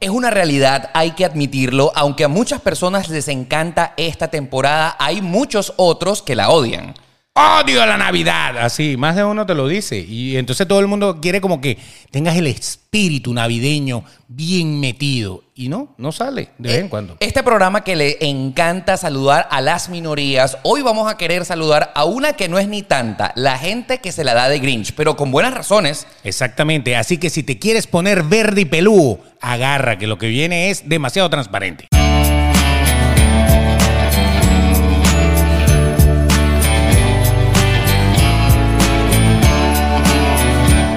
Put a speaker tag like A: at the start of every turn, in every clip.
A: Es una realidad, hay que admitirlo, aunque a muchas personas les encanta esta temporada, hay muchos otros que la odian.
B: odio la Navidad. Así, más de uno te lo dice. Y entonces todo el mundo quiere como que tengas el espíritu navideño bien metido. Y no, no sale de vez en cuando.
A: Este programa que le encanta saludar a las minorías, hoy vamos a querer saludar a una que no es ni tanta, la gente que se la da de Grinch, pero con buenas razones.
B: Exactamente. Así que si te quieres poner verde y peludo, agarra, que lo que viene es demasiado transparente.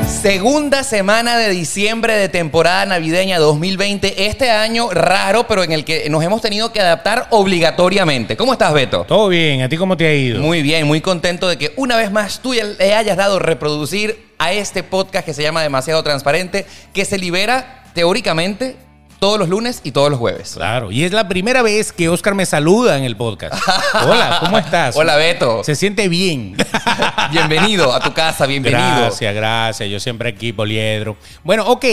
A: Segunda semana de diciembre de temporada navideña 2020, este año raro, pero en el que nos hemos tenido que adaptar obligatoriamente. ¿Cómo estás, Beto?
B: Todo bien, ¿a ti cómo te ha ido?
A: Muy bien, muy contento de que una vez más tú le hayas dado reproducir a este podcast que se llama Demasiado Transparente, que se libera teóricamente todos los lunes y todos los jueves.
B: Claro, y es la primera vez que Oscar me saluda en el podcast. Hola, ¿cómo estás?
A: Hola, Beto.
B: Se siente bien.
A: Bienvenido a tu casa, bienvenido.
B: Gracias, gracias. Yo siempre aquí, Poliedro. Bueno, ok.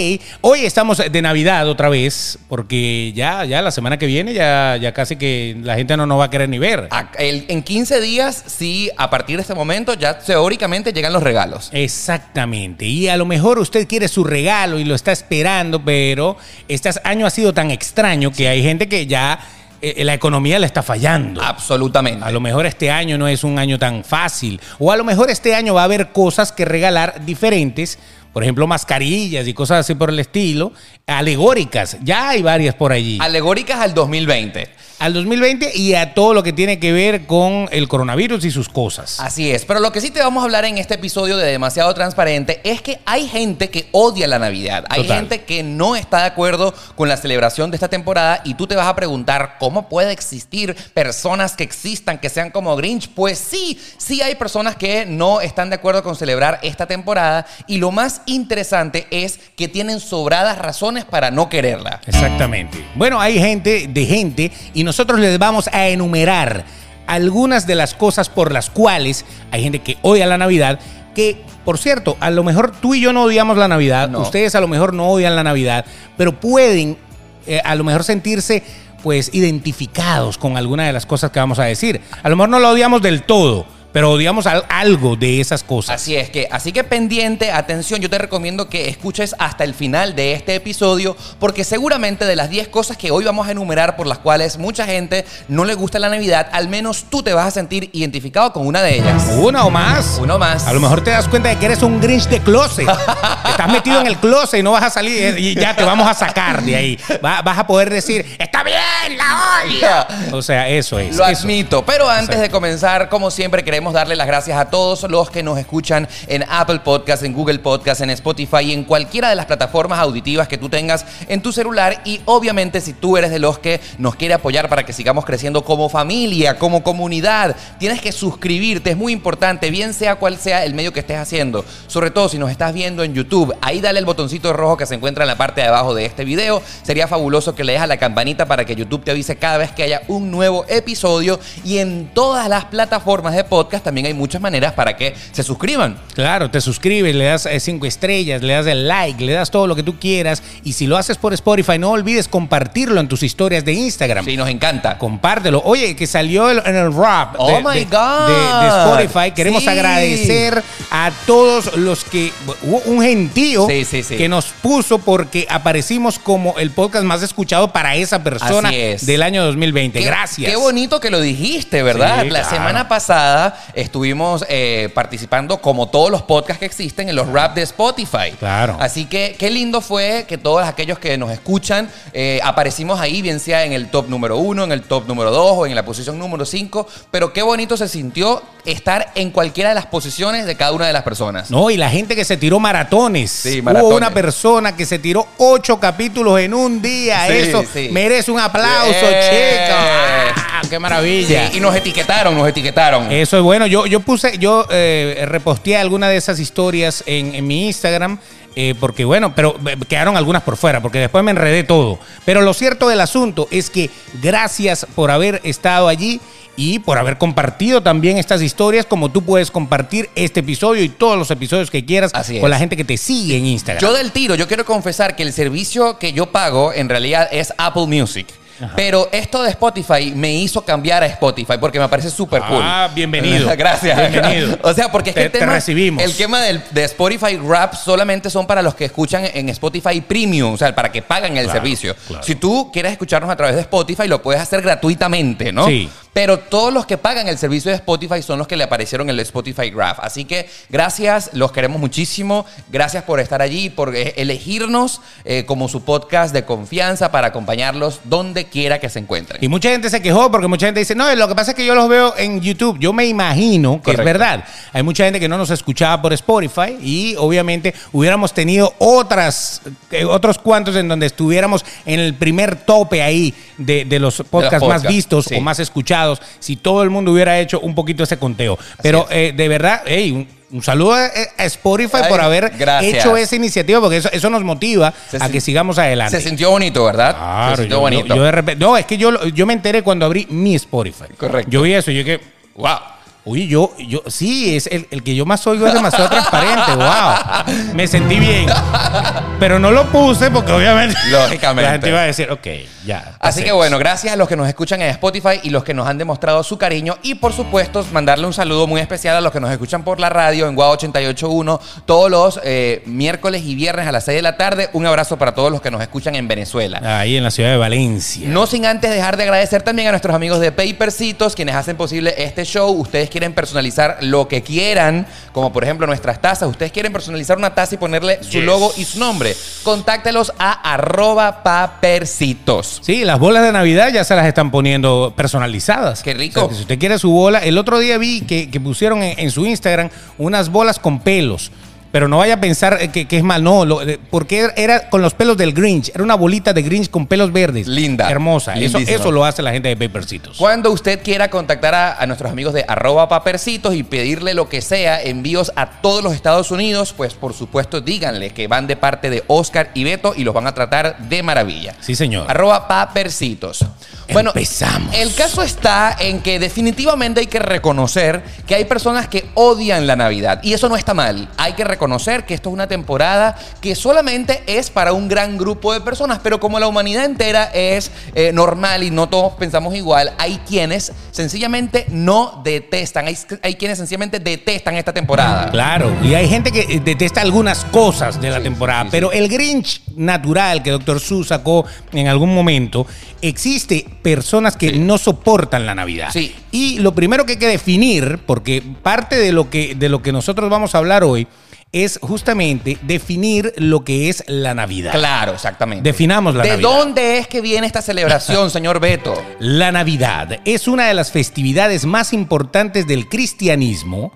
B: Hoy estamos de Navidad otra vez, porque ya, ya la semana que viene, ya, ya casi que la gente no nos va a querer ni ver.
A: A- el- en 15 días, sí, a partir de este momento, ya teóricamente llegan los regalos.
B: Exactamente. Y a lo mejor usted quiere su regalo y lo está esperando, pero este año ha sido tan extraño que hay gente que ya eh, la economía le está
A: Ah,
B: fallando.
A: Absolutamente.
B: A lo mejor este año no es un año tan fácil. O a lo mejor este año va a haber cosas que regalar diferentes. Por ejemplo, mascarillas y cosas así por el estilo. Alegóricas. Ya hay varias por allí. Al,
A: Alegóricas al 2020.
B: 2020 y a todo lo que tiene que ver con el coronavirus y sus cosas.
A: Así es, pero lo que sí te vamos a hablar en este episodio de Demasiado Transparente es que hay gente que odia la Navidad, hay
B: Total.
A: gente que no está de acuerdo con la celebración de esta temporada y tú te vas a preguntar cómo puede existir personas que existan que sean como Grinch. Pues sí, sí hay personas que no están de acuerdo con celebrar esta temporada y lo más interesante es que tienen sobradas razones para no quererla.
B: Exactamente. Bueno, hay gente de gente y nosotros les vamos a enumerar algunas de las cosas por las cuales hay gente que odia la Navidad. Que, por cierto, a lo mejor tú y yo no odiamos la Navidad,
A: No.
B: ustedes a lo mejor no odian la Navidad, pero pueden eh, a lo mejor sentirse pues identificados con alguna de las cosas que vamos a decir. A lo mejor no la odiamos del todo, pero odiamos al- algo de esas cosas.
A: Así es que, así que pendiente, atención, yo te recomiendo que escuches hasta el final de este episodio, porque seguramente de las 10 cosas que hoy vamos a enumerar por las cuales mucha gente no le gusta la Navidad, al menos tú te vas a sentir identificado con una de ellas.
B: Una o más.
A: Uno más.
B: A lo mejor te das cuenta de que eres un Grinch de closet. Estás metido en el closet y no vas a salir eh, y ya te vamos a sacar de ahí. Va- vas a poder decir, está bien, la odio. O sea, eso es.
A: Lo
B: eso.
A: admito, pero antes
B: Exacto.
A: de comenzar, como siempre, queremos darle las gracias a todos los que nos escuchan en Apple Podcast, en Google Podcast, en Spotify y en cualquiera de las plataformas auditivas que tú tengas en tu celular. Y obviamente, si tú eres de los que nos quiere apoyar para que sigamos creciendo como familia, como comunidad, tienes que suscribirte, es muy importante, bien sea cual sea el medio que estés haciendo. Sobre todo si nos estás viendo en YouTube, ahí dale el botoncito rojo que se encuentra en la parte de abajo de este video. Sería fabuloso que le des a la campanita para que YouTube te avise cada vez que haya un nuevo episodio. Y en todas las plataformas de podcast también hay muchas maneras para que se suscriban.
B: Claro, te suscribes, le das eh, cinco estrellas, le das el like, le das todo lo que tú quieras. Y si lo haces por Spotify, no olvides compartirlo en tus historias de Instagram.
A: Sí, nos encanta.
B: Compártelo. Oye, que salió el- en el rap
A: Oh my God.
B: de- de Spotify. Queremos
A: Sí.
B: agradecer a todos los que. Hubo un gentío
A: Sí, sí, sí.
B: que nos puso porque aparecimos como el podcast más escuchado para esa persona
A: Así es.
B: del año 2020.
A: Qué-
B: Gracias.
A: Qué bonito que lo dijiste, ¿verdad?
B: Sí,
A: la
B: claro.
A: semana pasada estuvimos eh, participando, como todos los podcasts que existen, en los rap de Spotify.
B: Claro.
A: Así que qué lindo fue que todos aquellos que nos escuchan eh, aparecimos ahí, bien sea en el top número uno, en el top número dos o en la posición número cinco. Pero qué bonito se sintió estar en cualquiera de las posiciones de cada una de las personas.
B: No, y la gente que se tiró maratones.
A: Sí, maratones.
B: Hubo una persona que se tiró ocho capítulos en un día.
A: Sí,
B: Eso
A: sí.
B: merece un aplauso,
A: Yes.
B: chicos. Ah, ¡Qué maravilla!
A: Sí, y nos etiquetaron, nos etiquetaron.
B: Eso es eh, bueno. Yo, yo puse, yo eh, reposteé alguna de esas historias en, en mi Instagram Eh, porque bueno, pero eh, quedaron algunas por fuera, porque después me enredé todo. Pero lo cierto del asunto es que gracias por haber estado allí y por haber compartido también estas historias, como tú puedes compartir este episodio y todos los episodios que quieras
A: Así
B: con
A: es.
B: la gente que te sigue en Instagram.
A: Yo del tiro, yo quiero confesar que el servicio que yo pago en realidad es Apple Music. Pero esto de Spotify me hizo cambiar a Spotify porque me parece súper cool.
B: Ah, bienvenido.
A: Gracias.
B: Bienvenido.
A: O sea, porque es que
B: Te-
A: el
B: te
A: tema,
B: recibimos.
A: el tema del- de Spotify Rap solamente son para los que escuchan en Spotify Premium, o sea, para que pagan el
B: Claro,
A: servicio.
B: claro.
A: Si tú quieres escucharnos a través de Spotify, lo puedes hacer gratuitamente, ¿no?
B: Sí.
A: Pero todos los que pagan el servicio de Spotify son los que le aparecieron en el Spotify Graph. Así que gracias, los queremos muchísimo. Gracias por estar allí, por eh, elegirnos eh, como su podcast de confianza para acompañarlos donde quiera que se encuentren.
B: Y mucha gente se quejó porque mucha gente dice, no, lo que pasa es que yo los veo en YouTube. Yo me imagino que
A: Correcto.
B: es verdad. Hay mucha gente que no nos escuchaba por Spotify y obviamente hubiéramos tenido otras, eh, otros cuantos en donde estuviéramos en el primer tope ahí de, de los podcasts más
A: podcasts,
B: vistos
A: sí.
B: o más escuchados, si todo el mundo hubiera hecho un poquito ese conteo. Pero eh, de verdad, hey, un, un saludo a, eh, a Spotify
A: Ay,
B: por haber
A: gracias.
B: hecho esa iniciativa porque eso, eso nos motiva
A: Se
B: a
A: sin-
B: que sigamos adelante.
A: Se sintió bonito, ¿verdad?
B: Claro,
A: se sintió
B: yo,
A: bonito.
B: yo- yo de repente. No, es que yo, lo- yo me enteré cuando abrí mi Spotify.
A: Correcto.
B: Yo vi eso y yo que.
A: wow.
B: Uy, yo, yo, sí, es el, el que yo más oigo es demasiado transparente, wow. Me sentí bien. Pero no lo puse porque obviamente.
A: Lógicamente.
B: La gente iba a decir, ok, ya.
A: Así que
B: pasemos.
A: bueno, gracias a los que nos escuchan en Spotify y los que nos han demostrado su cariño. Y por supuesto, mandarle un saludo muy especial a los que nos escuchan por la radio en Guau 881 todos los eh, miércoles y viernes a las 6 de la tarde. Un abrazo para todos los que nos escuchan en Venezuela.
B: Ahí en la ciudad de Valencia.
A: No sin antes dejar de agradecer también a nuestros amigos de Papercitos, quienes hacen posible este show. Ustedes quieren personalizar lo que quieran, como por ejemplo nuestras tazas. Ustedes quieren personalizar una taza y ponerle su
B: Yes.
A: logo y su nombre. Contáctelos a arroba papercitos.
B: Sí, las bolas de Navidad ya se las están poniendo personalizadas.
A: Qué rico.
B: O sea, que si usted quiere su bola, el otro día vi que, que pusieron en, en su Instagram unas bolas con pelos. Pero no vaya a pensar eh, que, que es mal, no, lo- eh, porque era con los pelos del Grinch, era una bolita de Grinch con pelos verdes.
A: Linda.
B: Hermosa. Eso,
A: Lindísima.
B: eso lo hace la gente de Papercitos.
A: Cuando usted quiera contactar a, a nuestros amigos de arroba papercitos y pedirle lo que sea, envíos a todos los Estados Unidos, pues por supuesto díganle que van de parte de Oscar y Beto y los van a tratar de maravilla.
B: Sí, señor.
A: Arroba papercitos. Bueno,
B: Empezamos.
A: el caso está en que definitivamente hay que reconocer que hay personas que odian la Navidad y eso no está mal. Hay que reconocer que esto es una temporada que solamente es para un gran grupo de personas, pero como la humanidad entera es eh, normal y no todos pensamos igual, hay quienes sencillamente no detestan, hay, hay quienes sencillamente detestan esta temporada.
B: Claro, y hay gente que eh, detesta algunas cosas de la temporada,
A: sí, sí.
B: pero el Grinch natural que Dr. Sue sacó en algún momento, existe personas que no soportan la Navidad.
A: Sí.
B: Y lo primero que hay que definir, porque parte de lo que, de lo que nosotros vamos a hablar hoy, es justamente definir lo que es la Navidad.
A: Claro, exactamente.
B: Definamos la
A: ¿De
B: Navidad.
A: dónde es que viene esta celebración, señor Beto?
B: La Navidad es una de las festividades más importantes del cristianismo,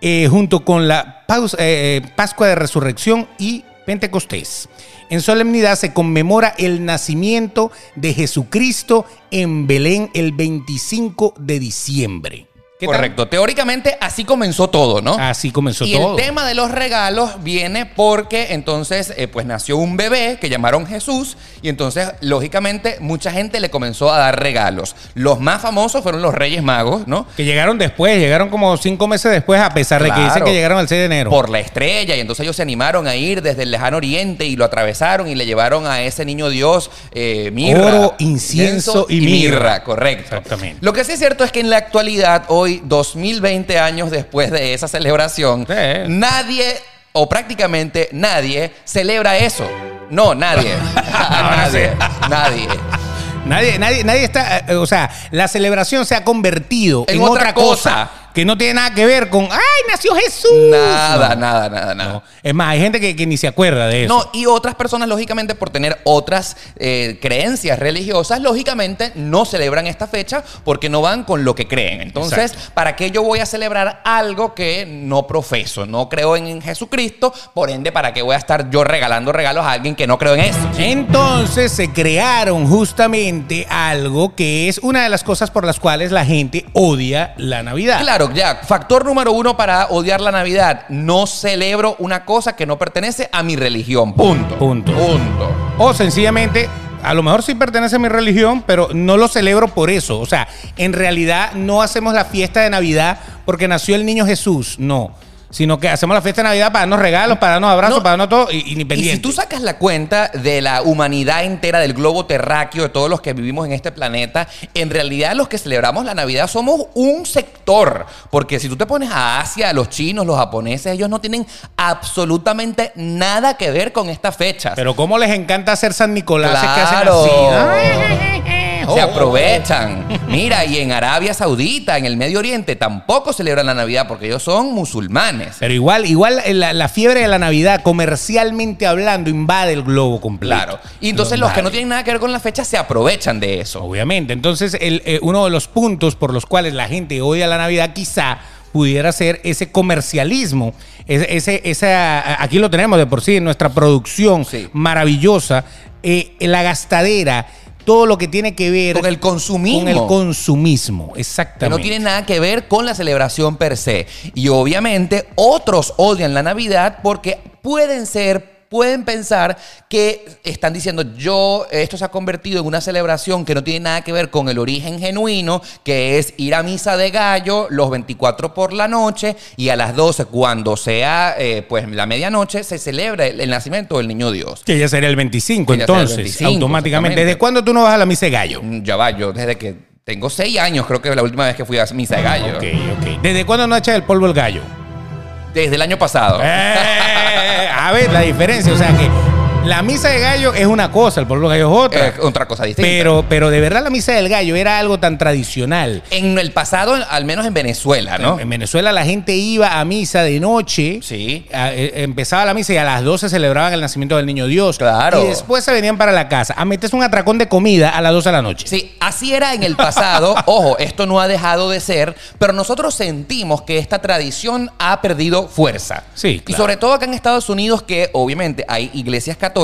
B: eh, junto con la paus- eh, Pascua de Resurrección y Pentecostés. En solemnidad se conmemora el nacimiento de Jesucristo en Belén el 25 de diciembre. ¿Qué tal?
A: Correcto. Teóricamente así comenzó todo, ¿no?
B: Así comenzó
A: y
B: todo.
A: el tema de los regalos viene porque entonces eh, pues nació un bebé que llamaron Jesús y entonces lógicamente mucha gente le comenzó a dar regalos. Los más famosos fueron los Reyes Magos, ¿no?
B: que llegaron después, llegaron como cinco meses después, a pesar de que dicen
A: Claro.
B: que llegaron el 6 de enero.
A: Por la estrella y entonces ellos se animaron a ir desde el lejano oriente y lo atravesaron y le llevaron a ese niño Dios eh, mirra.
B: Oro, incienso y mirra,
A: correcto.
B: Exactamente.
A: Lo que sí es cierto es que en la actualidad, hoy, 2020 años después de esa celebración,
B: Sí.
A: nadie o prácticamente nadie celebra eso. No, nadie.
B: Ahora sí.
A: nadie. Nadie.
B: Nadie, nadie, nadie está, eh, o sea, la celebración se ha convertido en,
A: En
B: otra,
A: otra
B: cosa,
A: cosa.
B: que no tiene nada que ver con, ¡ay, nació Jesús!
A: Nada,
B: No,
A: nada, nada, nada.
B: no. Es más, hay gente que, que ni se acuerda de eso.
A: No, y otras personas, lógicamente, por tener otras eh, creencias religiosas, lógicamente no celebran esta fecha porque no van con lo que creen. Entonces, ¿para qué yo voy a celebrar algo que no profeso? No creo en Jesucristo, por ende, ¿para qué voy a estar yo regalando regalos a alguien que no creo en eso?
B: Entonces se crearon justamente algo que es una de las cosas por las cuales la gente odia la Navidad.
A: Claro, Claro, ya. Factor número uno para odiar la Navidad. No celebro una cosa que no pertenece a mi religión. Punto.
B: Punto.
A: Punto.
B: O sencillamente, a lo mejor sí pertenece a mi religión, pero no lo celebro por eso. O sea, en realidad no hacemos la fiesta de Navidad porque nació el niño Jesús, no. Sino que hacemos la fiesta de Navidad para darnos regalos, para darnos abrazos,
A: No.
B: para darnos todo y, y ni
A: Y
B: pendiente.
A: si tú sacas la cuenta de la humanidad entera, del globo terráqueo, de todos los que vivimos en este planeta, en realidad los que celebramos la Navidad somos un sector. Porque si tú te pones a Asia, los chinos, los japoneses, ellos no tienen absolutamente nada que ver con estas fechas.
B: Pero cómo les encanta hacer San Nicolás que hacen
A: Claro.
B: así. ¿no?
A: Se
B: Oh, oh, oh.
A: aprovechan. Mira, y en Arabia Saudita, en el Medio Oriente, tampoco celebran la Navidad porque ellos son musulmanes.
B: Pero igual, igual eh, la, la fiebre de la Navidad, comercialmente hablando, invade el globo completo.
A: Claro. Y entonces
B: Lo
A: los que no
B: invade.
A: tienen nada que ver con la fecha se aprovechan de eso.
B: Obviamente. Entonces, el, eh, uno de los puntos por los cuales la gente odia la Navidad quizá pudiera ser ese comercialismo. Ese, ese- esa, aquí lo tenemos de por sí, en nuestra producción
A: Sí.
B: maravillosa, eh, la gastadera, todo lo que tiene que ver
A: Con el consumismo.
B: con el consumismo.
A: que
B: Exactamente.
A: no tiene nada que ver con la celebración per se. Y obviamente otros odian la Navidad porque pueden ser, pueden pensar que están diciendo yo, esto se ha convertido en una celebración que no tiene nada que ver con el origen genuino, que es ir a misa de gallo los 24 por la noche y a las 12 cuando sea eh, pues la medianoche se celebra el, el nacimiento del niño Dios.
B: Que ya sería el 25,
A: Que ya sería el
B: entonces,
A: 25,
B: automáticamente.
A: exactamente.
B: ¿Desde cuándo tú no vas a la misa de gallo?
A: Mm, Ya va, yo desde que tengo 6 años creo que es la última vez que fui a misa de gallo.
B: Ok, ok. ¿Desde cuándo no echas el polvo el gallo?
A: Desde el año pasado.
B: Eh, a ver, la diferencia, o sea que la misa de gallo es una cosa, el polvo de gallo es otra.
A: Eh, otra cosa distinta.
B: pero, pero de verdad la misa del gallo era algo tan tradicional.
A: en el pasado, al menos en Venezuela, ¿no?
B: En Venezuela la gente iba a misa de noche.
A: Sí.
B: a- eh, empezaba la misa y a las 12 celebraban el nacimiento del niño Dios.
A: Claro.
B: Y después se venían para la casa a meterse un atracón de comida a las 12 de la noche.
A: Sí, así era en el pasado. Ojo, esto no ha dejado de ser, pero nosotros sentimos que esta tradición ha perdido fuerza.
B: Sí,
A: Y
B: claro.
A: sobre todo acá en Estados Unidos, que obviamente hay iglesias católicas,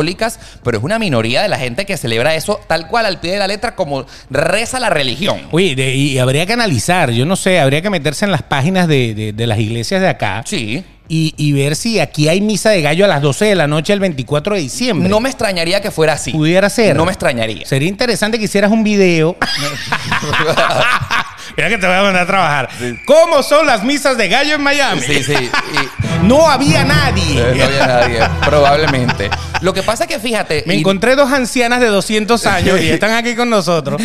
A: pero es una minoría de la gente que celebra eso tal cual al pie de la letra como reza la religión.
B: Oye, de- y habría que analizar, yo no sé, habría que meterse en las páginas de, de- de las iglesias de acá
A: Sí.
B: y, y ver si aquí hay misa de gallo a las 12 de la noche el 24 de diciembre.
A: No me extrañaría que fuera así.
B: pudiera ser.
A: No me extrañaría.
B: Sería interesante que hicieras un video. Mira que te voy a mandar a trabajar. ¿Cómo son las misas de gallo en Miami?
A: Sí, sí. Y-
B: No había nadie.
A: Eh, No había nadie, probablemente. Lo que pasa es que fíjate.
B: Me
A: y-
B: encontré dos ancianas de 200 años y están aquí con nosotros.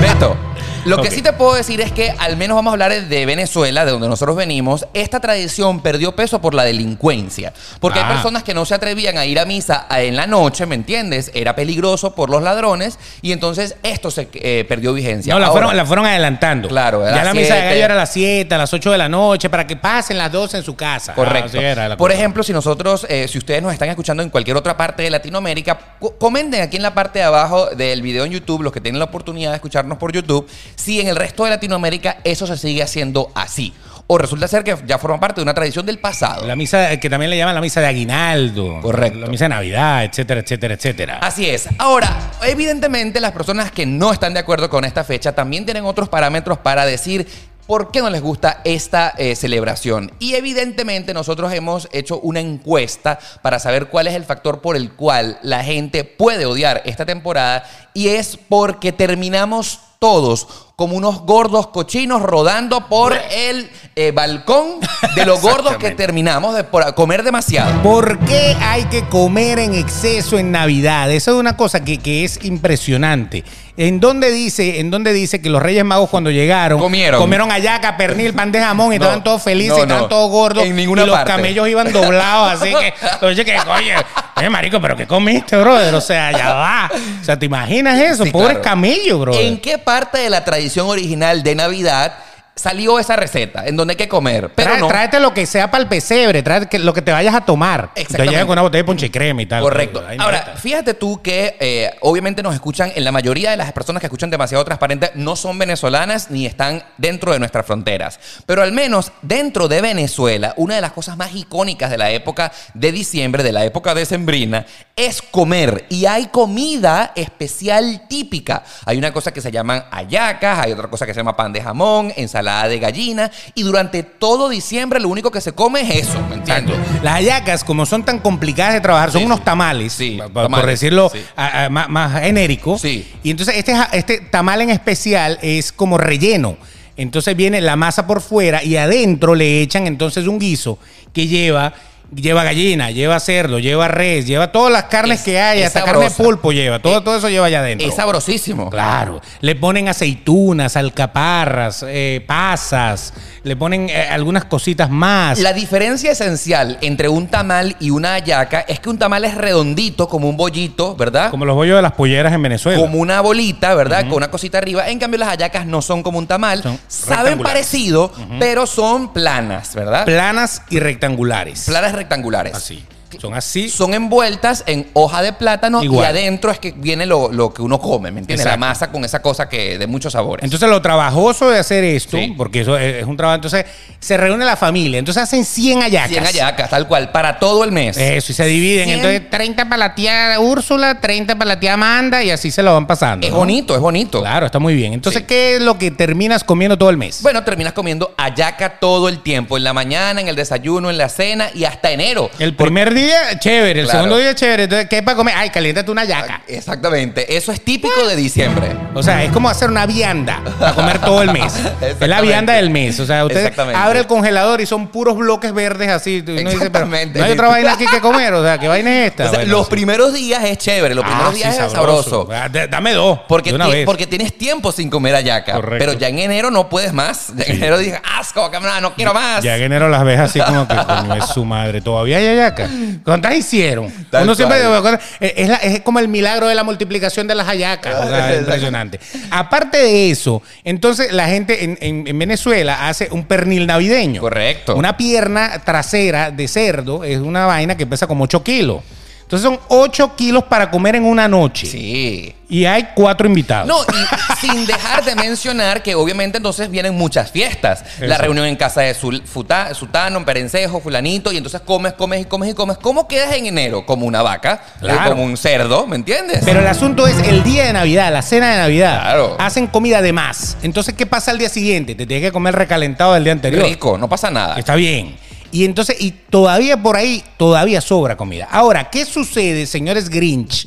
A: Beto, lo que
B: Ok.
A: sí te puedo decir es que al menos vamos a hablar de Venezuela, de donde nosotros venimos. Esta tradición perdió peso por la delincuencia. Porque
B: Ah.
A: hay personas que no se atrevían a ir a misa a- en la noche, ¿me entiendes? Era peligroso por los ladrones y entonces esto se eh, perdió vigencia.
B: No, la
A: Ahora,
B: fueron, la fueron adelantando.
A: Claro, a
B: ya
A: las
B: la misa de
A: siete.
B: gallo era a las 7, a las 8 de la noche, para que pasen las 12 en su casa.
A: Correcto.
B: Ah, sí, era la
A: Por
B: cosa.
A: ejemplo, si nosotros, eh, si ustedes nos están escuchando en cualquier otra parte de Latinoamérica, co- comenten aquí en la parte de abajo del video en YouTube, los que tienen la oportunidad de escucharnos por YouTube, si en el resto de Latinoamérica eso se sigue haciendo así. O resulta ser que ya forma parte de una tradición del pasado.
B: La misa, eh, que también le llaman la misa de aguinaldo.
A: Correcto.
B: La misa de Navidad, etcétera, etcétera, etcétera.
A: Así es. Ahora, evidentemente las personas que no están de acuerdo con esta fecha también tienen otros parámetros para decir por qué no les gusta esta eh, celebración. Y evidentemente nosotros hemos hecho una encuesta para saber cuál es el factor por el cual la gente puede odiar esta temporada y es porque terminamos todos como unos gordos cochinos rodando por el eh, balcón de los gordos que
B: Exactamente.
A: terminamos de por comer demasiado.
B: ¿Por qué hay que comer en exceso en Navidad? Esa es una cosa que, que es impresionante. ¿En dónde, dice, ¿En dónde dice que los Reyes Magos cuando llegaron
A: Comieron.
B: comieron ayaca, pernil, pan de jamón y
A: No,
B: estaban todos felices,
A: no,
B: estaban
A: no.
B: todos gordos?
A: En ninguna
B: y los
A: parte.
B: camellos iban doblados, así que. Oye, que, oye, oye, marico, ¿pero qué comiste, brother? O sea, ya va. O sea, ¿te imaginas eso?
A: Sí,
B: Pobres
A: claro.
B: camellos, brother.
A: ¿En qué parte de la tradición original de Navidad salió esa receta? ¿En donde hay que comer? Pero
B: Trae-
A: no.
B: Tráete lo que sea para el pesebre, tráete que- lo que te vayas a tomar. Te
A: Exactamente.
B: llegan con una botella de ponche y crema y tal.
A: Correcto.
B: Ay,
A: Ahora,
B: neta.
A: fíjate tú que eh, obviamente nos escuchan, en la mayoría de las personas que escuchan demasiado transparente no son venezolanas ni están dentro de nuestras fronteras. Pero al menos dentro de Venezuela, una de las cosas más icónicas de la época de diciembre, de la época decembrina, es comer. Y hay comida especial típica. Hay una cosa que se llaman ayacas, hay otra cosa que se llama pan de jamón, ensalada ensalada de gallina y durante todo diciembre lo único que se come es eso, ¿me entiendes?
B: Las hallacas, como son tan complicadas de trabajar, son
A: Sí,
B: unos
A: sí.
B: tamales,
A: Sí,
B: pa- pa- por
A: tamales,
B: decirlo
A: sí.
B: a- a- más, más genérico.
A: Sí.
B: Y entonces este, ja- este tamal en especial es como relleno. Entonces viene la masa por fuera y adentro le echan entonces un guiso que lleva... Lleva gallina, lleva cerdo, lleva res, lleva todas las carnes
A: Es-
B: que hay,
A: es
B: hasta carne de
A: sabrosa.
B: pulpo lleva, todo,
A: Eh,
B: todo eso lleva allá adentro.
A: Es sabrosísimo.
B: Claro, le ponen aceitunas, alcaparras, eh, pasas, le ponen eh, algunas cositas más.
A: La diferencia esencial entre un tamal y una hallaca es que un tamal es redondito como un bollito, ¿verdad?
B: Como los bollos de las polleras en Venezuela.
A: como una bolita, ¿verdad? Con una cosita arriba. En cambio, las hallacas no son como un tamal.
B: Son
A: Saben
B: rectangulares.
A: parecido, pero son planas, ¿verdad?
B: Planas y rectangulares.
A: planas rectangulares.
B: Así. Son así.
A: Son envueltas en hoja de plátano
B: Igual.
A: y adentro es que viene lo, lo que uno come, ¿me entiendes?
B: Exacto.
A: La masa con esa cosa que de muchos sabores.
B: Entonces lo trabajoso de hacer esto,
A: Sí.
B: porque eso es es un trabajo, entonces se reúne la familia, entonces hacen 100 hallacas.
A: 100 hallacas, tal cual, para todo el mes.
B: Eso, y se dividen.
A: 100.
B: Entonces 30 para la tía Úrsula, 30 para la tía Amanda y así se lo van pasando.
A: es
B: ¿no?
A: bonito, es bonito.
B: Claro, está muy bien. Entonces,
A: Sí.
B: ¿qué es lo que terminas comiendo todo el mes?
A: Bueno, terminas comiendo ayaca todo el tiempo, en la mañana, en el desayuno, en la cena y hasta enero.
B: El primer día, chévere. El
A: Claro.
B: segundo día, chévere. Entonces, ¿qué es para comer? Ay, caliéntate una yaca.
A: Exactamente, eso es típico de diciembre.
B: O sea, es como hacer una vianda para comer todo el mes. es la
A: Exactamente.
B: vianda del mes. O sea, usted
A: Exactamente.
B: abre el congelador y son puros bloques verdes así. Y Uno dice, pero
A: Exactamente.
B: no hay otra vaina aquí que comer. O sea, ¿qué vaina es esta?
A: O sea,
B: Bueno,
A: los
B: sí.
A: primeros días es chévere, los primeros
B: Ah,
A: días
B: sí,
A: es sabroso.
B: Ah, d- Dame dos.
A: Porque,
B: de una
A: ti-
B: vez.
A: porque tienes tiempo sin comer ayaca.
B: Correcto.
A: Pero ya en enero no puedes más. Ya en enero dices, asco, camarada, no quiero más.
B: Ya en enero las ves así como que coño es su madre. Todavía hay hallacas. ¿Cuántas hicieron?
A: Tal
B: Uno siempre
A: cual.
B: eh, es, la- es como el milagro de la multiplicación de las hallacas. O sea,
A: Exacto.
B: impresionante. Aparte de eso, entonces la gente en, en- en Venezuela hace un pernil navideño.
A: Correcto.
B: Una pierna trasera de cerdo es una vaina que pesa como 8 kilos. Entonces son 8 kilos para comer en una noche.
A: Sí.
B: Y hay cuatro invitados.
A: No, y sin dejar de mencionar que obviamente entonces vienen muchas fiestas. La
B: Exacto.
A: reunión en casa de Sul- Futa- Sutano, en Perencejo, Fulanito, y entonces comes, comes y comes y comes. ¿Cómo quedas en enero? Como una vaca, eh,
B: Claro.
A: como un cerdo, ¿me entiendes?
B: Pero el asunto es el día de Navidad, la cena de Navidad.
A: Claro.
B: Hacen comida de más. Entonces, ¿qué pasa al día siguiente? Te tienes que comer recalentado del día anterior.
A: Rico, no pasa nada.
B: Está bien. Y entonces, y todavía por ahí, todavía sobra comida. Ahora, ¿qué sucede, señores Grinch?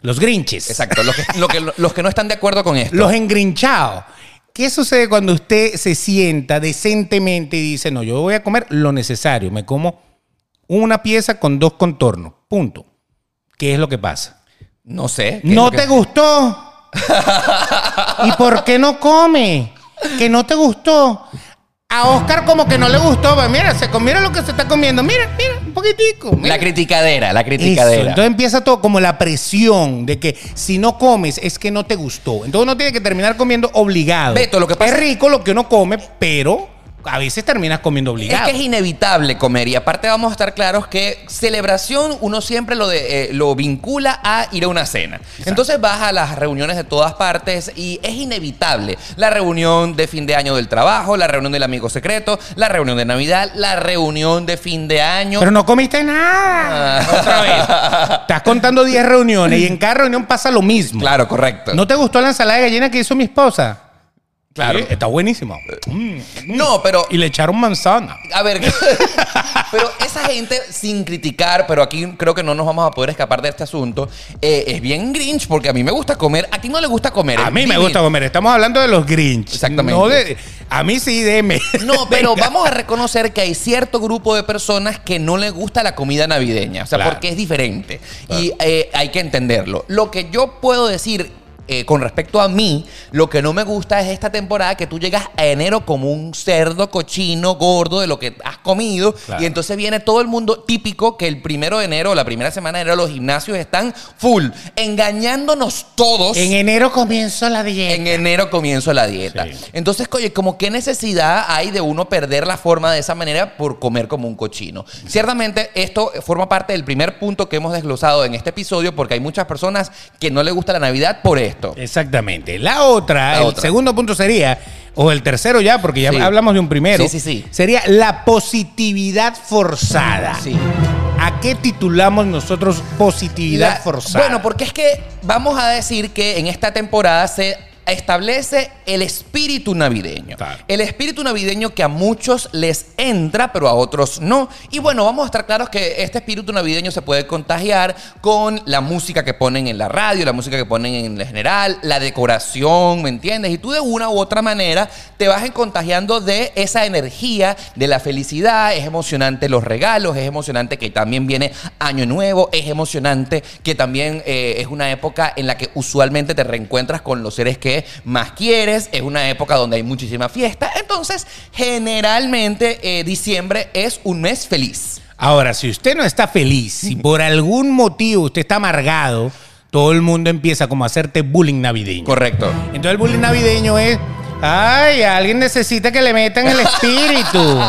B: Los Grinches.
A: Exacto, los que, lo que- los que no están de acuerdo con esto.
B: Los engrinchados. ¿Qué sucede cuando usted se sienta decentemente y dice, no, yo voy a comer lo necesario? Me como una pieza con dos contornos. Punto. ¿Qué es lo que pasa?
A: No sé. ¿qué es
B: ¿No
A: lo que-
B: te gustó? ¿Y por qué no come? Que no te gustó. A Oscar como que no le gustó. Pues mira, se comiera lo que se está comiendo. Mira, mira, un poquitico. mira.
A: La criticadera, la
B: Eso,
A: criticadera.
B: Entonces empieza todo como la presión de que si no comes es que no te gustó. Entonces uno tiene que terminar comiendo obligado.
A: Beto, lo que pasa-
B: es rico lo que uno come, pero a veces terminas comiendo
A: Es
B: obligado.
A: que es inevitable comer y aparte vamos a estar claros que celebración uno siempre lo, de, eh, lo vincula a ir a una cena. Entonces vas a las reuniones de todas partes y es inevitable la reunión de fin de año del trabajo, la reunión del amigo secreto, la reunión de Navidad, la reunión de fin de año.
B: Pero no comiste nada.
A: Ah.
B: Otra vez. Estás contando 10 reuniones y en cada reunión pasa lo mismo.
A: Claro, correcto.
B: ¿No te gustó la ensalada de gallina que hizo mi esposa?
A: Claro.
B: Sí, está buenísima.
A: Mm, No, pero
B: Eh, mm. Y le echaron manzana.
A: A ver, pero esa gente, sin criticar, pero aquí creo que no nos vamos a poder escapar de este asunto, eh, es bien grinch porque a mí me gusta comer. A ti no le gusta comer.
B: A
A: es
B: mí me
A: divino.
B: gusta comer. Estamos hablando de los Grinch.
A: Exactamente.
B: No de- a mí sí, deme.
A: No, pero vamos a reconocer que hay cierto grupo de personas que no les gusta la comida navideña, o sea,
B: Claro.
A: porque es diferente y eh, hay que entenderlo. Lo que yo puedo decir eh, con respecto a mí, lo que no me gusta es esta temporada que tú llegas a enero como un cerdo cochino gordo de lo que has comido
B: Claro.
A: y entonces viene todo el mundo típico que el primero de enero o la primera semana de enero los gimnasios están full, engañándonos todos.
B: En enero comienzo la dieta.
A: En enero comienzo la dieta.
B: Sí.
A: Entonces, oye, como qué necesidad hay de uno perder la forma de esa manera por comer como un cochino. Ciertamente, esto forma parte del primer punto que hemos desglosado en este episodio, porque hay muchas personas que no les gusta la Navidad por esto.
B: Eh, Exactamente. La otra,
A: La
B: el
A: otra.
B: segundo punto sería, o el tercero ya, porque ya
A: Sí.
B: hablamos de un primero.
A: Sí, sí, sí.
B: Sería la positividad forzada.
A: Sí.
B: ¿A qué titulamos nosotros positividad
A: La-
B: forzada?
A: Bueno, porque es que vamos a decir que en esta temporada se establece el espíritu navideño.
B: Claro.
A: El espíritu navideño que a muchos les entra, pero a otros no. Y bueno, vamos a estar claros que este espíritu navideño se puede contagiar con la música que ponen en la radio, la música que ponen en general, la decoración, ¿me entiendes? Y tú de una u otra manera te vas contagiando de esa energía, de la felicidad. Es emocionante los regalos, es emocionante que también viene Año Nuevo, es emocionante que también eh, es una época en la que usualmente te reencuentras con los seres que más quieres, es una época donde hay muchísima fiesta. Entonces, generalmente eh, diciembre es un mes feliz.
B: Ahora, si usted no está feliz, si por algún motivo usted está amargado, todo el mundo empieza como a hacerte bullying navideño.
A: Correcto.
B: Entonces el bullying navideño es, ay, alguien necesita que le metan el espíritu.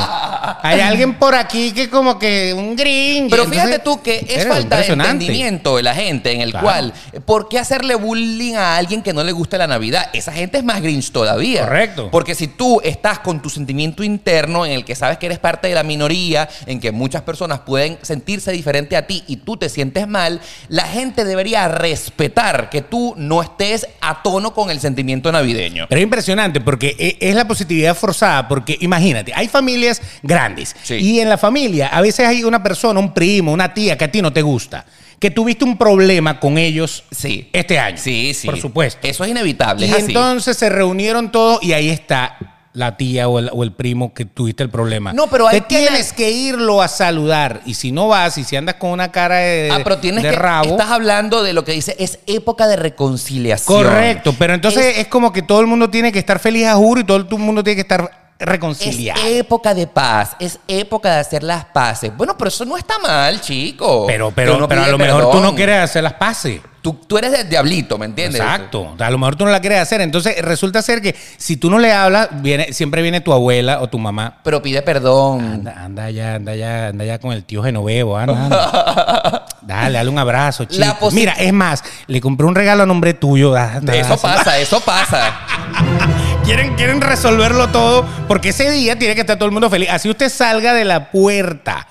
B: Hay alguien por aquí que como que un green.
A: Pero fíjate tú que es falta de entendimiento de la gente en el
B: Claro.
A: cual, ¿por qué hacerle bullying a alguien que no le gusta la Navidad? Esa gente es más grinch todavía.
B: Correcto.
A: Porque si tú estás con tu sentimiento interno en el que sabes que eres parte de la minoría, en que muchas personas pueden sentirse diferente a ti y tú te sientes mal, la gente debería respetar que tú no estés a tono con el sentimiento navideño.
B: Pero es impresionante porque e- es la positividad forzada, porque imagínate, hay familias grandes
A: Sí.
B: y en la familia a veces hay una persona, un primo, una tía que a ti no te gusta, que tuviste un problema con ellos
A: Sí.
B: este año.
A: Sí, sí.
B: Por supuesto.
A: Eso es inevitable.
B: Y
A: es así.
B: entonces se reunieron todos y ahí está la tía o el, o el primo que tuviste el problema.
A: No, pero hay
B: Te
A: que-
B: tienes que irlo a saludar y si no vas y si andas con una cara de,
A: Ah, pero tienes
B: de
A: que.
B: rabo.
A: Estás hablando de lo que dice es época de reconciliación.
B: Correcto, pero entonces es, como que todo el mundo tiene que estar feliz a juro y todo el mundo tiene que estar
A: Es
B: reconciliado.
A: época de paz, es época de hacer las paces. Bueno, pero eso no está mal, chico.
B: Pero,
A: Que
B: pero,
A: uno
B: pero a
A: pide
B: lo mejor tú
A: perdón.
B: no quieres hacer las paces.
A: Tú, tú eres el diablito, ¿me entiendes?
B: Exacto. A lo mejor tú no la quieres hacer. Entonces resulta ser que si tú no le hablas, viene, siempre viene tu abuela o tu mamá.
A: Pero pide perdón.
B: Anda, anda ya, anda ya, anda ya con el tío Genovevo. anda, anda. Dale, dale un abrazo, chico.
A: La posi-
B: Mira, es más, le compré un regalo a nombre tuyo. anda,
A: Eso
B: dáselo.
A: pasa, eso pasa.
B: Quieren, quieren resolverlo todo porque ese día tiene que estar todo el mundo feliz. Así usted salga de la puerta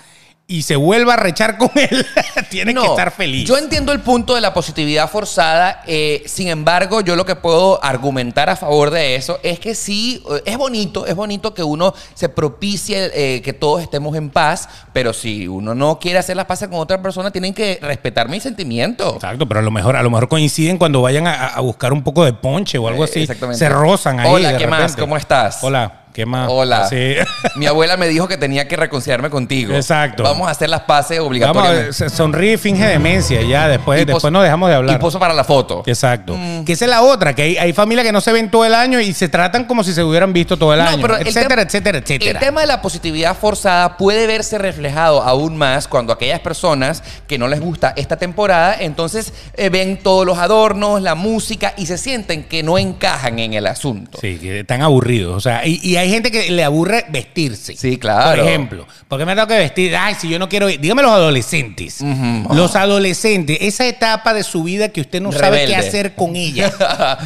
B: y se vuelva a rechar con él, tiene que
A: No,
B: estar feliz.
A: Yo entiendo el punto de la positividad forzada. eh, sin embargo, yo lo que puedo argumentar a favor de eso es que sí, eh, es bonito, es bonito que uno se propicie eh, que todos estemos en paz, pero si uno no quiere hacer las paces con otra persona, tienen que respetar mis sentimientos.
B: Exacto, pero a lo mejor, a lo mejor coinciden cuando vayan a, a buscar un poco de ponche o algo
A: Eh,
B: así.
A: exactamente.
B: Se rozan ahí.
A: Hola,
B: de
A: ¿qué más?
B: repente.
A: ¿Cómo estás?
B: Hola, ¿qué más?
A: Hola.
B: Sí.
A: Mi abuela me dijo que tenía que reconciliarme contigo.
B: Exacto.
A: Vamos a hacer las paces
B: Vamos,
A: obligatoriamente.
B: se- sonríe y finge demencia ya. Después,
A: Y posa-
B: después nos dejamos de hablar.
A: Y poso para la foto.
B: Exacto.
A: Mm.
B: Que esa es la otra, que hay, hay familias que no se ven todo el año y se tratan como si se hubieran visto todo el
A: No,
B: año.
A: pero el
B: etcétera,
A: tema-
B: etcétera, etcétera.
A: El tema de la positividad forzada puede verse reflejado aún más cuando aquellas personas que no les gusta esta temporada, entonces eh, ven todos los adornos, la música y se sienten que no encajan en el asunto.
B: Sí, que están aburridos. O sea, y, y hay gente que le aburre vestirse.
A: Sí, claro.
B: Por ejemplo, ¿por qué me tengo que vestir? Ay, si yo no quiero ir. Dígame los adolescentes. Los adolescentes, esa etapa de su vida que usted no sabe qué
A: Rebelde.
B: hacer con ella.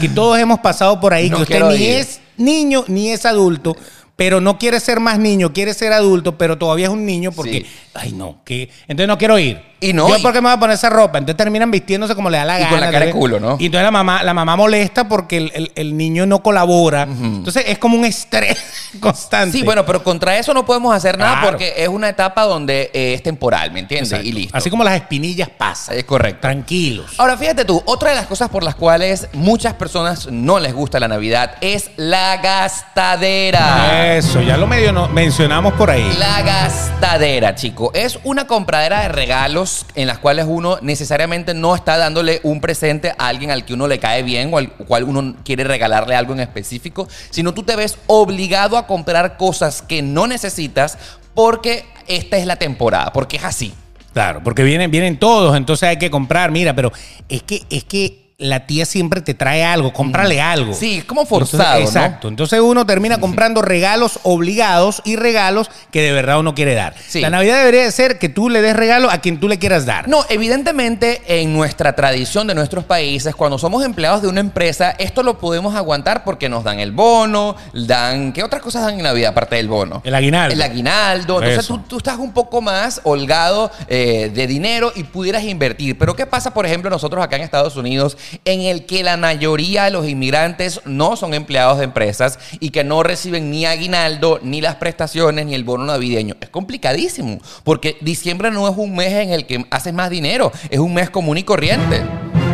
B: que todos hemos pasado por ahí,
A: No
B: que usted
A: quiero
B: ni
A: ir.
B: es niño ni es adulto. Pero no quiere ser más niño, quiere ser adulto, pero todavía es un niño
A: Sí.
B: porque, ay no, que entonces no quiero ir.
A: Y no,
B: Yo
A: y-
B: por qué me voy a poner esa ropa. Entonces terminan vistiéndose como le da la
A: Y
B: gana.
A: con la cara de
B: tal vez.
A: culo, ¿no?
B: Y entonces la mamá, la mamá molesta porque el, el- el niño no colabora. Entonces es como un estrés constante.
A: Sí, bueno, pero contra eso no podemos hacer nada
B: Claro.
A: porque es una etapa donde eh, es temporal, ¿me entiendes?
B: Exacto.
A: Y listo.
B: Así como las espinillas pasan.
A: es correcto.
B: Tranquilos.
A: Ahora fíjate tú, otra de las cosas por las cuales muchas personas no les gusta la Navidad es la gastadera.
B: Eso, ya lo medio no- mencionamos por ahí.
A: Ah. La gastadera, chico, es una compradera de regalos en las cuales uno necesariamente no está dándole un presente a alguien al que uno le cae bien o al cual uno quiere regalarle algo en específico, sino tú te ves obligado a comprar cosas que no necesitas porque esta es la temporada, porque es así.
B: Claro, porque vienen, vienen todos, entonces hay que comprar. Mira, pero es que, es que la tía siempre te trae algo, cómprale algo.
A: Sí, es como forzado,
B: Entonces,
A: ¿no?
B: exacto. Entonces uno termina comprando regalos obligados y regalos que de verdad uno quiere dar.
A: Sí.
B: La Navidad debería de ser que tú le des regalo a quien tú le quieras dar.
A: No, evidentemente en nuestra tradición de nuestros países, cuando somos empleados de una empresa, esto lo podemos aguantar porque nos dan el bono, dan... ¿Qué otras cosas dan en Navidad aparte del bono?
B: El aguinaldo.
A: El aguinaldo. Entonces
B: Eso.
A: tú, tú estás un poco más holgado eh, de dinero y pudieras invertir. Pero ¿qué pasa, por ejemplo, nosotros acá en Estados Unidos en el que la mayoría de los inmigrantes no son empleados de empresas y que no reciben ni aguinaldo, ni las prestaciones, ni el bono navideño. Es complicadísimo, porque diciembre no es un mes en el que haces más dinero, es un mes común y corriente.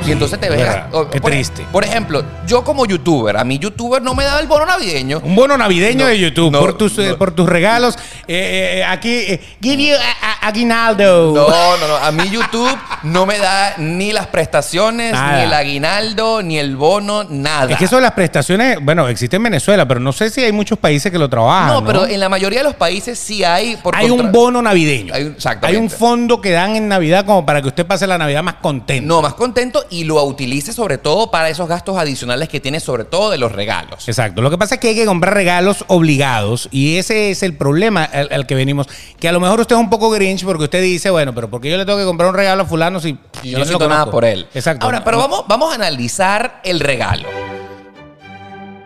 A: Y entonces te ves.
B: verdad.
A: o-
B: Qué
A: por-
B: triste.
A: Por ejemplo, yo como youtuber, a mí youtuber no me daba el bono navideño.
B: Un bono navideño
A: No,
B: de YouTube
A: no,
B: por, tus, eh,
A: no.
B: por tus regalos. Eh, eh, aquí, eh, give you a- a- aguinaldo.
A: No, no, no. A mí YouTube no me da ni las prestaciones,
B: Nada.
A: ni el aguinaldo, ni el bono, nada.
B: Es que eso de las prestaciones, bueno, existe en Venezuela, pero no sé si hay muchos países que lo trabajan.
A: no, pero en la mayoría de los países sí hay. Por
B: hay
A: contra-
B: un bono navideño.
A: Hay un- exactamente.
B: Hay un fondo que dan en Navidad como para que usted pase la Navidad más contento.
A: No, más contento y lo utilice sobre todo para esos gastos adicionales que tiene, sobre todo de los regalos.
B: Exacto. Lo que pasa es que hay que comprar regalos obligados y ese es el problema al, al que venimos. Que a lo mejor usted es un poco grinch porque usted dice, bueno, pero porque yo le tengo que comprar un regalo a fulano si
A: Y
B: yo
A: yo no
B: lo
A: siento nada
B: conozco?
A: por él.
B: Exacto.
A: Ahora, pero vamos, vamos a analizar el regalo.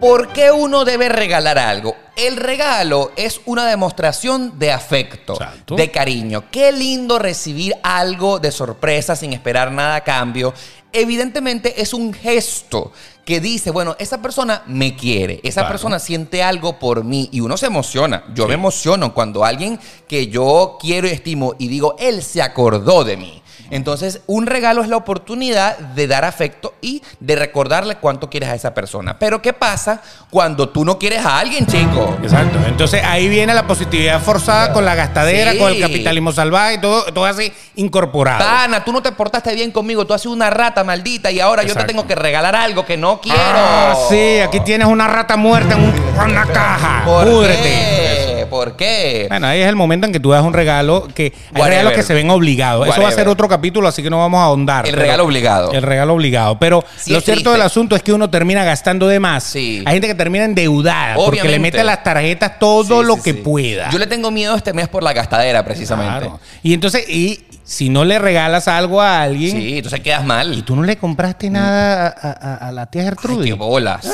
A: ¿Por qué uno debe regalar algo? El regalo es una demostración de afecto,
B: Exacto.
A: de cariño. Qué lindo recibir algo de sorpresa sin esperar nada a cambio. Evidentemente es un gesto que dice, bueno, esa persona me quiere, esa
B: Claro.
A: persona siente algo por mí y uno se emociona. Yo me emociono cuando alguien que yo quiero y estimo y digo, él se acordó de mí. Entonces, un regalo es la oportunidad de dar afecto y de recordarle cuánto quieres a esa persona. Pero, ¿qué pasa cuando tú no quieres a alguien, chico?
B: Exacto. Entonces ahí viene la positividad forzada con la gastadera,
A: Sí.
B: con el capitalismo salvaje y todo, todo así incorporado.
A: Pana, tú no te portaste bien conmigo, tú has sido una rata maldita y ahora yo te
B: Exacto.
A: tengo que regalar algo que no quiero.
B: Ah, sí, aquí tienes una rata muerta en un- una caja.
A: ¿Por
B: Púdrete.
A: qué? ¿Por qué?
B: Bueno, ahí es el momento en que tú das un regalo que hay
A: Whatever.
B: regalos que se ven obligados. Eso va a ser
A: Whatever.
B: otro capítulo, así que no vamos a ahondar.
A: El
B: pero-
A: regalo obligado.
B: El regalo obligado. Pero
A: Sí,
B: lo
A: es
B: cierto
A: triste.
B: del asunto es que uno termina gastando de más.
A: Sí.
B: Hay gente que termina endeudada porque le
A: Obviamente.
B: mete a las tarjetas todo
A: Sí,
B: lo
A: sí,
B: que
A: sí.
B: pueda.
A: Yo le tengo miedo este mes por la gastadera, precisamente.
B: Claro. Y entonces, y si no le regalas algo a alguien
A: Sí, entonces quedas mal.
B: y tú no le compraste nada a, a- a la tía
A: Ay,
B: Gertrudis.
A: qué bolas.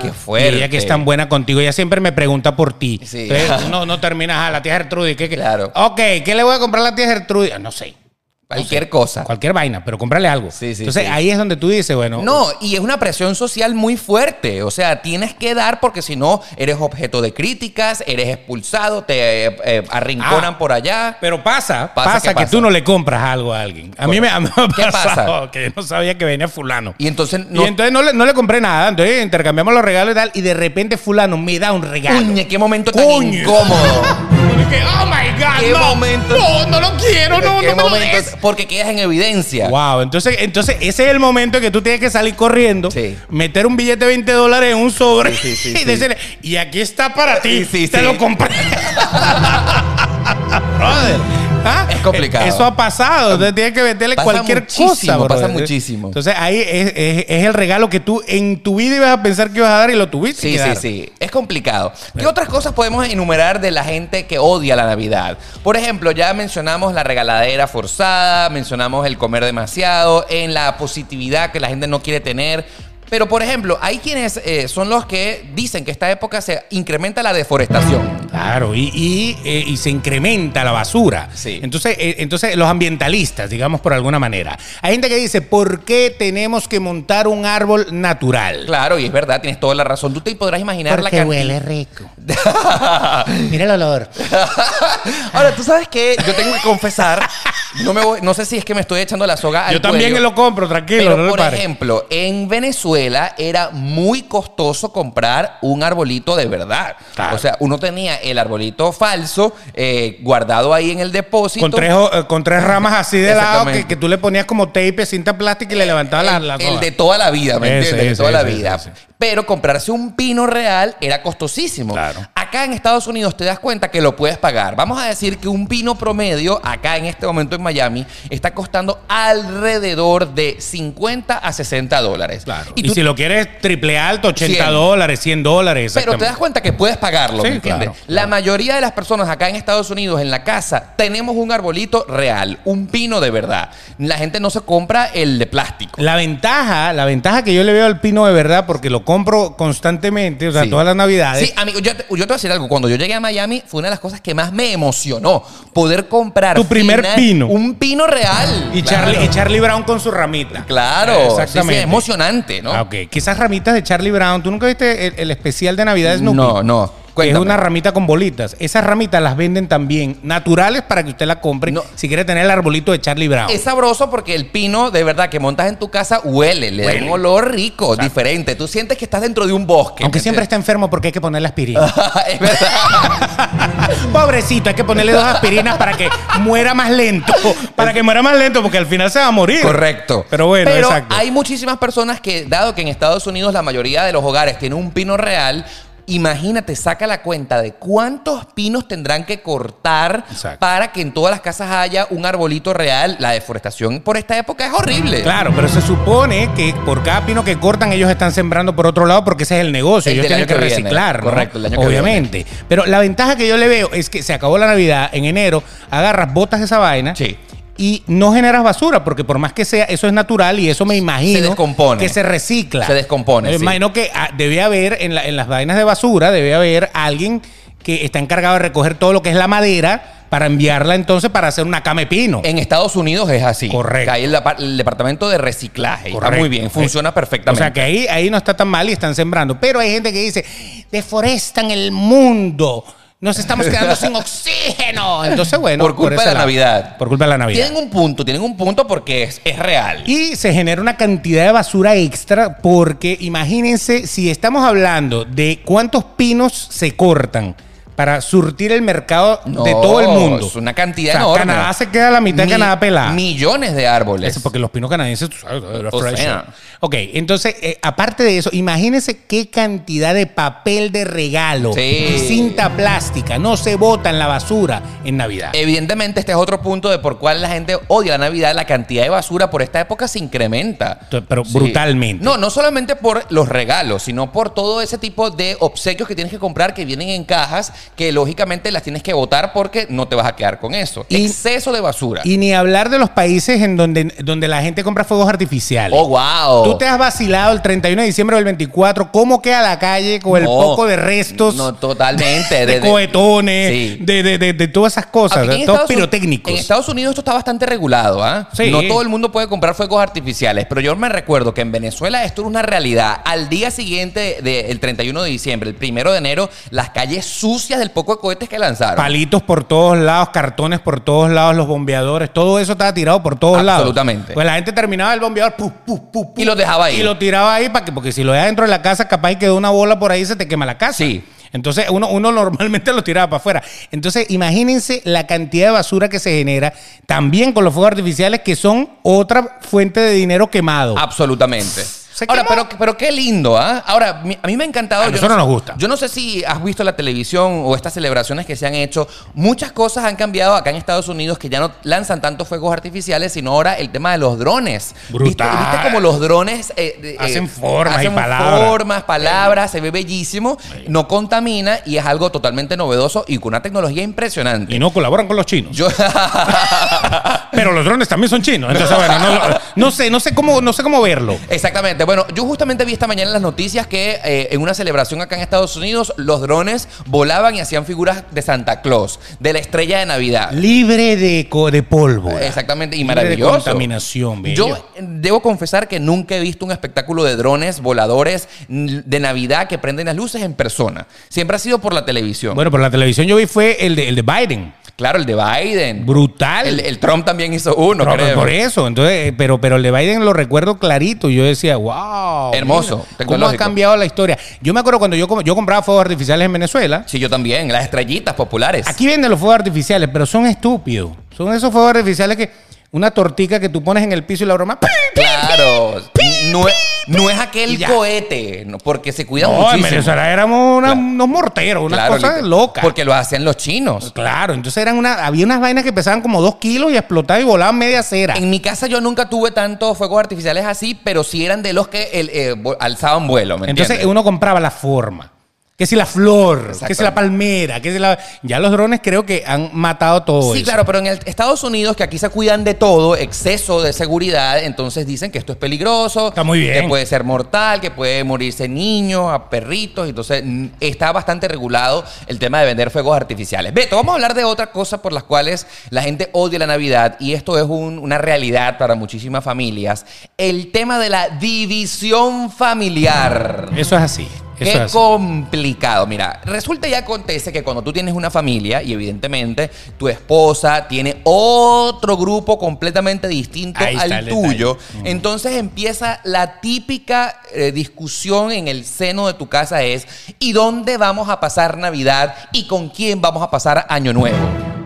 A: qué
B: Y
A: fuerte.
B: ella que es tan buena contigo, ella siempre me pregunta por ti.
A: Sí.
B: Entonces, no, no terminas a "Ah, la tía Gertrudis. ¿qué- qué?
A: Claro.
B: Ok, ¿qué le voy a comprar a la tía Gertrudis? Ah, No sé.
A: Cualquier cosa.
B: Cualquier vaina, pero cómprale algo.
A: Sí, sí,
B: Entonces
A: sí.
B: ahí es donde tú dices, bueno.
A: No, y es una presión social muy fuerte. O sea, tienes que dar porque si no, eres objeto de críticas, eres expulsado, te eh, eh, arrinconan
B: Ah.
A: por allá.
B: Pero pasa, pasa,
A: Pasa que
B: que,
A: pasa.
B: tú no le compras algo a alguien. A mí me, a mí me ha
A: ¿Qué pasa?
B: pasado que yo no sabía que venía fulano. Y,
A: Y entonces no.
B: entonces no le, no le compré nada, entonces intercambiamos los regalos y tal, y de repente fulano me da un regalo.
A: Coño, qué momento tan
B: Coño.
A: incómodo.
B: Y que, oh my God,
A: ¿Qué
B: no,
A: momento?
B: no, no lo quiero, no,
A: ¿Qué
B: no me lo
A: momento?
B: des.
A: Porque quedas en evidencia.
B: Wow, entonces, entonces ese es el momento en que tú tienes que salir corriendo,
A: Sí.
B: meter un billete de 20 dólares en un sobre
A: Sí, sí, sí,
B: y
A: sí.
B: decirle, y aquí está para ti,
A: Sí, sí,
B: te
A: sí.
B: lo compré. Brother, ¿ah?
A: Es complicado.
B: Eso ha pasado, entonces tienes que meterle
A: Pasa
B: cualquier
A: muchísimo,
B: cosa. brother.
A: pasa muchísimo.
B: Entonces ahí es, es- es el regalo que tú en tu vida ibas a pensar que ibas a dar y lo tuviste.
A: Sí,
B: que
A: sí,
B: dar.
A: sí. Es complicado. ¿Qué otras cosas podemos enumerar de la gente que odia la Navidad? Por ejemplo, ya mencionamos la regaladera forzada, mencionamos el comer demasiado, en la positividad que la gente no quiere tener. Pero, por ejemplo, hay quienes eh, son los que dicen que esta época se incrementa la deforestación.
B: Claro, y, y, eh, y se incrementa la basura.
A: Sí.
B: Entonces, eh, entonces, los ambientalistas, digamos por alguna manera. Hay gente que dice, ¿por qué tenemos que montar un árbol natural?
A: Claro, y es verdad, tienes toda la razón. Tú te podrás imaginar la cantidad-
B: rico. Mira el olor.
A: Ahora, tú sabes que yo tengo que confesar, no, me voy- no sé si es que me estoy echando la soga al
B: Yo también
A: cuello.
B: lo compro, tranquilo,
A: Pero,
B: no le
A: por
B: pare.
A: ejemplo, en Venezuela era muy costoso comprar un arbolito de verdad.
B: Claro.
A: O sea, uno tenía el arbolito falso eh, guardado ahí en el depósito.
B: Con tres, o- eh, con tres ramas así de lado que,
A: Exactamente. Eh,
B: que tú le ponías como tape, cinta plástica y le levantabas la,
A: el,
B: la
A: el
B: soga.
A: de toda la vida, ¿me
B: Ese,
A: entiendes? El de
B: ese,
A: toda la
B: ese,
A: vida.
B: ese, ese.
A: Pero comprarse un pino real era costosísimo.
B: Claro.
A: Acá en Estados Unidos te das cuenta que lo puedes pagar. Vamos a decir que un pino promedio acá en este momento en Miami está costando alrededor de 50 a 60 dólares.
B: Claro.
A: Y
B: Y,
A: tú
B: si lo quieres triple alto, 80
A: 100.
B: dólares, 100 dólares.
A: Pero te das
B: exactamente.
A: cuenta que puedes pagarlo,
B: Sí,
A: ¿me entiendes?
B: claro,
A: La mayoría de las personas acá en Estados Unidos, en la casa, tenemos un arbolito real, un pino de verdad. La gente no se compra el de plástico.
B: La ventaja, la ventaja que yo le veo al pino de verdad, porque lo lo compro constantemente, o sea,
A: Sí.
B: todas las navidades.
A: Sí, amigo, yo te, yo te voy a decir algo. Cuando yo llegué a Miami, fue una de las cosas que más me emocionó. Poder comprar.
B: Tu primer pino.
A: Un pino real.
B: Y,
A: Claro.
B: Charlie, y Charlie Brown con su ramita.
A: Claro.
B: Eh,
A: Sí, sí, es emocionante, ¿no?
B: Ah, ok. Que esas ramitas de Charlie Brown, ¿tú nunca viste el, el especial de Navidad de Snoopy?
A: No, no.
B: Que Es
A: Cuéntame.
B: una ramita con bolitas. Esas ramitas las venden también naturales para que usted la compre
A: No.
B: si quiere tener el arbolito de Charlie Brown.
A: Es sabroso porque el pino, de verdad, que montas en tu casa huele, le da
B: Huele.
A: un olor rico, diferente. Tú sientes que Ah. estás dentro de un bosque.
B: Aunque
A: ¿me entiendes?
B: siempre está enfermo porque hay que ponerle aspirina.
A: es verdad.
B: Pobrecito, hay que ponerle dos aspirinas para que muera más lento. Para que muera más lento porque al final se va a morir.
A: Correcto.
B: Pero bueno,
A: Pero
B: exacto.
A: hay muchísimas personas que, dado que en Estados Unidos la mayoría de los hogares tiene un pino real, imagínate, saca la cuenta de cuántos pinos tendrán que cortar
B: Exacto.
A: para que en todas las casas haya un arbolito real. La deforestación por esta época es horrible.
B: Claro, pero se supone que por cada pino que cortan ellos están sembrando por otro lado porque ese es el negocio.
A: El
B: ellos
A: del
B: tienen que
A: año que viene.
B: reciclar, ¿no?
A: Correcto, el año que
B: obviamente. Pero la ventaja que yo le veo es que se acabó la Navidad en enero, agarras botas de esa vaina.
A: Sí.
B: Y no generas basura, porque por más que sea, eso es natural y eso me imagino
A: descompone.
B: que se recicla.
A: Se descompone,
B: Me
A: sí.
B: imagino que ah, debe haber, en, la- en las vainas de basura, debe haber alguien que está encargado de recoger todo lo que es la madera para enviarla entonces para hacer una cama de pino.
A: En Estados Unidos es así.
B: Correcto.
A: Que hay el, depar- el departamento de reciclaje. y Está muy
B: Correcto. Eh,
A: bien, funciona
B: O
A: perfectamente.
B: sea que ahí, ahí no está tan mal y están sembrando. Pero hay gente que dice, deforestan el mundo. Nos estamos quedando sin oxígeno. Entonces, bueno.
A: Por culpa
B: ese
A: de la Navidad.
B: Por culpa de la Navidad.
A: tienen un punto, tienen un punto porque es, es real.
B: Y se genera una cantidad de basura extra porque imagínense si estamos hablando de cuántos pinos se cortan para surtir el mercado
A: No,
B: de todo el mundo.
A: Es una cantidad
B: O sea,
A: enorme.
B: Canadá se queda la mitad de
A: Mi-
B: Canadá pelada.
A: Millones de árboles.
B: Eso porque los pinos canadienses, tú sabes, era
A: O
B: fresh.
A: sea.
B: Ok, entonces, eh, aparte de eso, imagínense qué cantidad de papel de regalo
A: Sí.
B: y cinta plástica no se bota en la basura en Navidad.
A: Evidentemente, este es otro punto de por cuál la gente odia la Navidad. La cantidad de basura por esta época se incrementa.
B: T- pero
A: Sí.
B: brutalmente.
A: No, no solamente por los regalos, sino por todo ese tipo de obsequios que tienes que comprar que vienen en cajas que lógicamente las tienes que votar porque no te vas a quedar con eso.
B: Y-
A: Exceso de basura.
B: Y ni hablar de los países en donde, donde la gente compra fuegos artificiales.
A: oh, wow.
B: Tú te has vacilado el 31 de diciembre del 24, cómo queda la calle con el
A: No.
B: poco de restos
A: No, totalmente.
B: de,
A: Desde-
B: cohetones,
A: Sí.
B: de, de- de- de todas esas cosas,
A: Aquí en
B: de todos
A: Estados Uni-
B: pirotécnicos.
A: En Estados Unidos esto está bastante regulado, ¿ah?
B: Sí.
A: No todo el mundo puede comprar fuegos artificiales, pero yo me recuerdo que en Venezuela esto era una realidad. Al día siguiente del 31 de diciembre, el 1 de enero, las calles sucias del poco de cohetes que lanzaron.
B: Palitos por todos lados, cartones por todos lados, los bombeadores, todo eso estaba tirado por todos lados.
A: Absolutamente.
B: Pues la gente terminaba el bombeador, puf, puf, puf,
A: Y lo dejaba ahí.
B: Y lo tiraba ahí para que, porque si lo dejas dentro de la casa, capaz y quedó una bola por ahí y se te quema la casa.
A: Sí.
B: Entonces uno, uno normalmente lo tiraba para afuera. Entonces imagínense la cantidad de basura que se genera también con los fuegos artificiales que son otra fuente de dinero quemado.
A: Ah, Absolutamente.
B: Se
A: Ahora,
B: quemó.
A: pero, pero qué lindo, ¿ah? Ahora, mi- a mí me ha encantado.
B: A
A: yo
B: nosotros
A: no sé-
B: nos gusta.
A: Yo no sé si has visto la televisión o estas celebraciones que se han hecho. Muchas cosas han cambiado acá en Estados Unidos que ya no lanzan tantos fuegos artificiales, sino ahora el tema de los drones.
B: Brutal.
A: ¿Viste, viste cómo los drones eh, de- eh,
B: Hacen formas y
A: hacen
B: palabras.
A: formas, palabras, se ve bellísimo, no contamina y es algo totalmente novedoso y con una tecnología impresionante.
B: y no colaboran con los chinos.
A: Yo.
B: Pero los drones también son chinos. Entonces, bueno, no, no sé, no sé cómo, no sé cómo verlo.
A: Exactamente. Bueno, yo justamente vi esta mañana en las noticias que eh, en una celebración acá en Estados Unidos los drones volaban y hacían figuras de Santa Claus, de la estrella de Navidad.
B: Libre de, co- de polvo.
A: Exactamente, y
B: Libre de
A: Eh, maravilloso.
B: contaminación, bello.
A: Yo eh, debo confesar que nunca he visto un espectáculo de drones voladores n- de Navidad que prenden las luces en persona. Siempre ha sido por la televisión.
B: Bueno, pero la televisión yo vi fue el de, el de Biden.
A: claro, el de Biden.
B: Brutal.
A: El, el Trump también hizo uno,
B: Pero-
A: creo.
B: por eso, entonces, eh, pero, pero el de Biden lo recuerdo clarito. Yo decía, wow.
A: Hermoso,
B: ¿Cómo ha
A: tecnológico.
B: cambiado la historia? Yo me acuerdo cuando yo, com- yo compraba fuegos artificiales en Venezuela.
A: Sí, yo también. Las estrellitas populares.
B: Aquí venden los fuegos artificiales, pero son estúpidos. Son esos fuegos artificiales que una tortica que tú pones en el piso y la broma. ¡pim!
A: Claro. No, es- no es aquel
B: Y ya.
A: cohete, no, porque se cuidan
B: No, en
A: muchísimo.
B: Venezuela éramos una-
A: Claro.
B: unos morteros, unas
A: Claro,
B: cosas
A: literal.
B: locas.
A: Porque lo hacían los chinos.
B: Claro, entonces eran una, había unas vainas que pesaban como dos kilos y explotaban y volaban media cera.
A: En mi casa yo nunca tuve tantos fuegos artificiales así, pero sí eran de los que el, eh, vo- alzaban vuelo, ¿me
B: Entonces
A: entiendes?
B: uno compraba la forma. Que si la flor, que si
A: Exactamente.
B: la palmera, que si la... Ya los drones creo que han matado todo
A: Sí,
B: eso.
A: claro, pero en el- Estados Unidos, que aquí se cuidan de todo, exceso de seguridad, entonces dicen que esto es peligroso.
B: Está muy bien.
A: Que puede ser mortal, que puede morirse niños, a perritos. Entonces, mm, está bastante regulado el tema de vender fuegos artificiales. Beto, vamos a hablar de otra cosa por las cuales la gente odia la Navidad, y esto es un- una realidad para muchísimas familias: el tema de la división familiar.
B: Eso es así. Eso es
A: Qué
B: así.
A: complicado. Mira, resulta y acontece que cuando tú tienes una familia y evidentemente tu esposa tiene otro grupo completamente distinto
B: Ahí está
A: al
B: el
A: tuyo,
B: detalle.
A: entonces empieza la típica eh, discusión en el seno de tu casa es ¿y dónde vamos a pasar Navidad y con quién vamos a pasar Año Nuevo?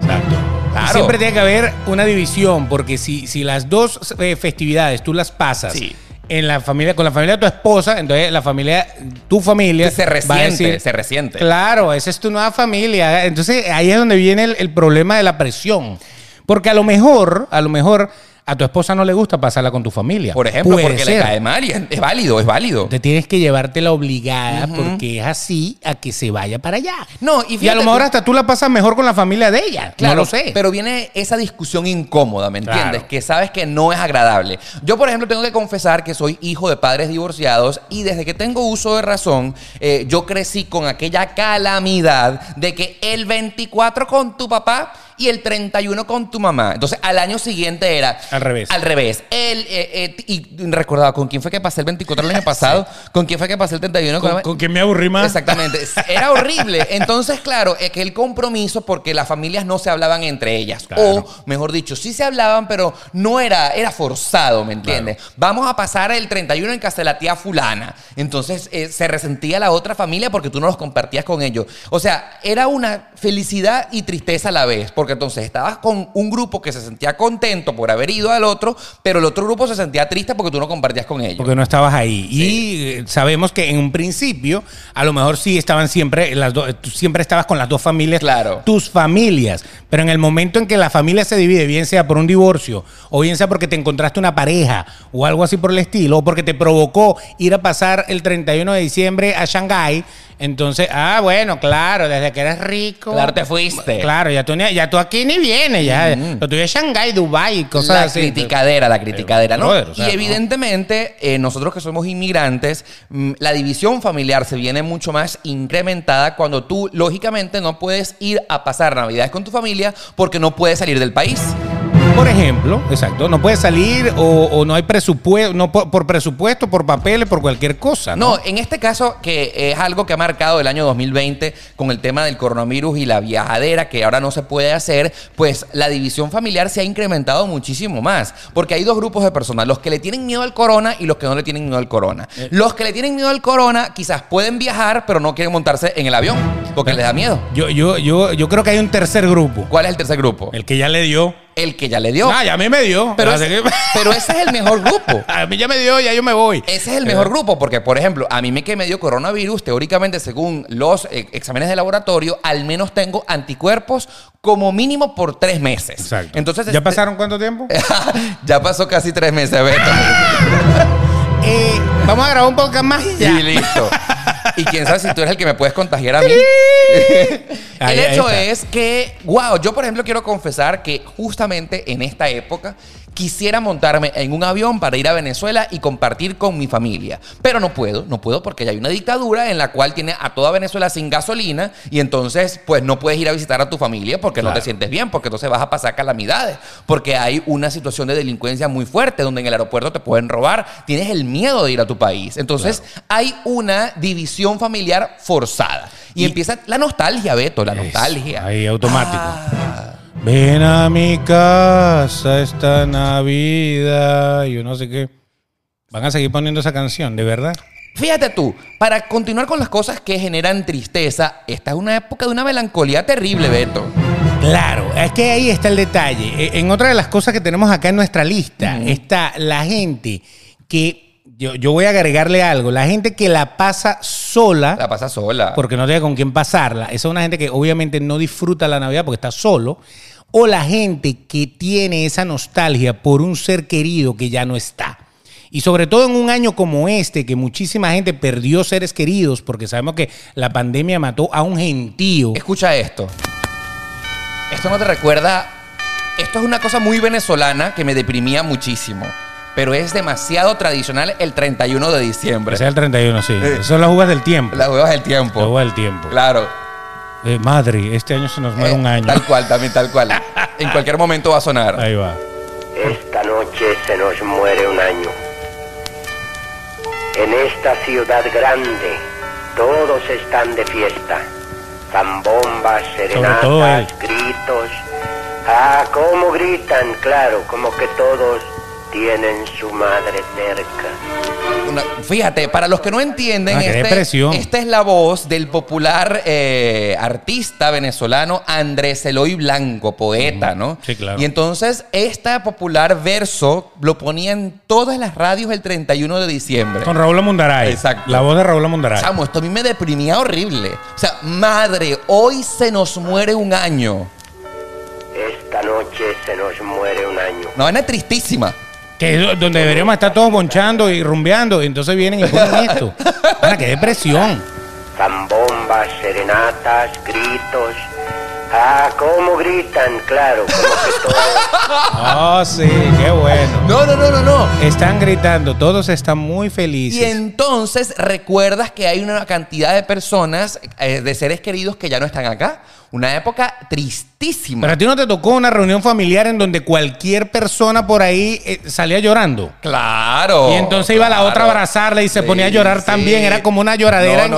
B: Exacto.
A: Claro.
B: Siempre tiene que haber una división, porque si, si las dos eh, festividades tú las pasas
A: Sí.
B: en la familia, con la familia de tu esposa, entonces la familia, tu familia.
A: Se
B: va a
A: resiente,
B: decir,
A: se resiente.
B: Claro, esa es tu nueva familia. Entonces ahí es donde viene el, el problema de la presión. Porque a lo mejor, a lo mejor, a tu esposa no le gusta pasarla con tu familia.
A: Por ejemplo,
B: Puede
A: porque le
B: ser.
A: cae mal y es es válido, es válido.
B: Te tienes que llevártela obligada porque es así a que se vaya para allá.
A: No, y
B: y a
A: fíjate
B: lo
A: tú-
B: mejor hasta tú la pasas mejor con la familia de ella. no lo sé.
A: Pero viene esa discusión incómoda, ¿me entiendes?
B: Claro.
A: Que sabes que no es agradable. Yo, por ejemplo, tengo que confesar que soy hijo de padres divorciados y desde que tengo uso de razón, eh, yo crecí con aquella calamidad de que el 24 con tu papá y el 31 con tu mamá. Entonces, al año siguiente era...
B: Al revés.
A: Al revés. El, eh, eh, y recordaba, ¿con quién fue que pasé el 24 el año pasado? ¿Con quién fue que pasé el 31?
B: ¿Con, con quién me aburrí más?
A: Exactamente. Era horrible. Entonces, claro, es que el compromiso, porque las familias no se hablaban entre ellas.
B: Claro.
A: O, mejor dicho, sí se hablaban, pero no era, era forzado, ¿me entiendes? Vamos a pasar el 31 en casa de la tía fulana. Entonces, eh, se resentía la otra familia porque tú no los compartías con ellos. O sea, era una felicidad y tristeza a la vez, porque entonces estabas con un grupo que se sentía contento por haber ido al otro, pero el otro grupo se sentía triste porque tú no compartías con ellos.
B: Porque no estabas ahí. Y eh, sabemos que en un principio, a lo mejor sí estaban siempre, las dos, tú siempre estabas con las dos familias,
A: Claro.
B: tus familias. Pero en el momento en que la familia se divide, bien sea por un divorcio, o bien sea porque te encontraste una pareja, o algo así por el estilo, o porque te provocó ir a pasar el 31 de diciembre a Shanghái, entonces, ah, bueno, claro, desde que eres rico.
A: Claro, te fuiste.
B: Claro, ya tú, ni- ya tú aquí ni vienes, ya. Lo tuyo es Shanghái, Dubái, cosas
A: la
B: así.
A: criticadera, la criticadera, ¿no?
B: brother, o sea,
A: y
B: no.
A: evidentemente, eh, nosotros que somos inmigrantes, mm, la división familiar se viene mucho más incrementada cuando tú, lógicamente, no puedes ir a pasar Navidades con tu familia porque no puedes salir del país.
B: Por ejemplo, exacto, no puedes salir o, o no hay presupuesto, no po- por, presupuesto, por papeles, por cualquier cosa. No,
A: No, en este caso, que es algo que ha marcado el año 2020 con el tema del coronavirus y la viajadera que ahora no se puede hacer, pues la división familiar se ha incrementado muchísimo más. Porque hay dos grupos de personas, los que le tienen miedo al corona y los que no le tienen miedo al corona.
B: Eh.
A: Los que le tienen miedo al corona quizás pueden viajar, pero no quieren montarse en el avión porque les da miedo.
B: Yo, yo, yo, yo creo que hay un tercer grupo,
A: ¿Cuál es el tercer grupo? El,
B: el que ya le dio.
A: que ya le dio.
B: Ah, ya a mí me dio.
A: pero,
B: Así
A: ese-
B: que-
A: pero ese es el mejor grupo.
B: a mí ya me dio, ya yo me voy.
A: Ese es el
B: Eh.
A: mejor grupo, porque, por ejemplo, a mí me que me dio coronavirus, teóricamente, según los eh, exámenes de laboratorio, al menos tengo anticuerpos como mínimo por tres meses.
B: Exacto.
A: Entonces,
B: ¿Ya
A: este-
B: pasaron cuánto tiempo?
A: ya pasó casi tres meses, Beto.
B: Eh, vamos a grabar un podcast más y ya.
A: Y listo. Y quién sabe si tú eres el que me puedes contagiar a mí.
B: Ahí-
A: el
B: ahí
A: hecho
B: está.
A: es que, wow, yo por ejemplo quiero confesar que justamente en esta época quisiera montarme en un avión para ir a Venezuela y compartir con mi familia. Pero no puedo, no puedo porque ya hay una dictadura en la cual tiene a toda Venezuela sin gasolina y entonces pues no puedes ir a visitar a tu familia porque no
B: Claro.
A: te sientes bien, porque entonces vas a pasar calamidades, porque hay una situación de delincuencia muy fuerte donde en el aeropuerto te pueden robar, tienes el miedo de ir a tu país. Entonces hay una división familiar forzada. Y,
B: Y-
A: empieza la nostalgia, Beto, la
B: Es-
A: nostalgia.
B: Ahí automático.
A: Ah,
B: Ven a mi casa esta Navidad. Yo no sé qué. Van a seguir poniendo esa canción, de verdad.
A: Fíjate tú, para continuar con las cosas que generan tristeza, esta es una época de una melancolía terrible, Beto.
B: Claro, es que ahí está el detalle. E- En otra de las cosas que tenemos acá en nuestra lista
A: Ujú.
B: está la gente que, yo, yo voy a agregarle algo, la gente que la pasa sola
A: La pasa sola.
B: porque no tiene con quién pasarla. Esa es una gente que obviamente no disfruta la Navidad porque está solo. O la gente que tiene esa nostalgia por un ser querido que ya no está. Y sobre todo en un año como este, que muchísima gente perdió seres queridos, porque sabemos que la pandemia mató a un gentío.
A: Escucha esto. Esto no te recuerda. Esto es una cosa muy venezolana que me deprimía muchísimo. Pero es demasiado tradicional el 31 de diciembre.
B: Ese es el 31, sí.
A: Eh.
B: Esas Son las uvas del tiempo.
A: Las huevas del tiempo.
B: Las uvas del tiempo.
A: Claro.
B: Eh, madre, este año se nos muere
A: Eh,
B: un año.
A: Tal cual, también tal cual. en cualquier momento va a sonar.
B: Ahí va.
C: Esta noche se nos muere un año. En esta ciudad grande todos están de fiesta. Zambombas,
B: todo él.
C: serenatas, gritos. Ah, cómo gritan, claro, como que todos tienen su madre cerca.
A: Una- fíjate, para los que no entienden,
B: Ah, qué depresión.
A: este, esta es la voz del popular eh, artista venezolano Andrés Eloy Blanco, poeta, ¿no?
B: sí, claro.
A: Y entonces, este popular verso lo ponía en todas las radios el 31 de diciembre.
B: Con Raúl Mundaray.
A: Eh. Exacto.
B: La voz de Raúl Mundaray.
A: Chamo, esto a mí me deprimía horrible. O sea, madre, hoy se nos muere un año.
C: Esta noche se nos muere un año.
A: Una vaina tristísima.
B: Que es do- donde deberíamos estar todos bonchando y rumbeando. Y entonces vienen y ponen esto. Para qué depresión.
C: Zambombas, serenatas, gritos. Ah, cómo gritan, claro, como que todos...
A: Ah,
B: Oh, sí, qué bueno.
A: No, no, no, no, no.
B: Están gritando, todos están muy
A: Y
B: felices.
A: entonces recuerdas que hay una cantidad de personas, eh, de seres queridos que ya no están acá. Una época tristísima.
B: Pero a ti no te tocó una reunión familiar en donde cualquier persona por ahí eh, salía llorando.
A: Claro.
B: Y entonces iba la otra a abrazarla y se ponía a llorar también. Era como una lloradera en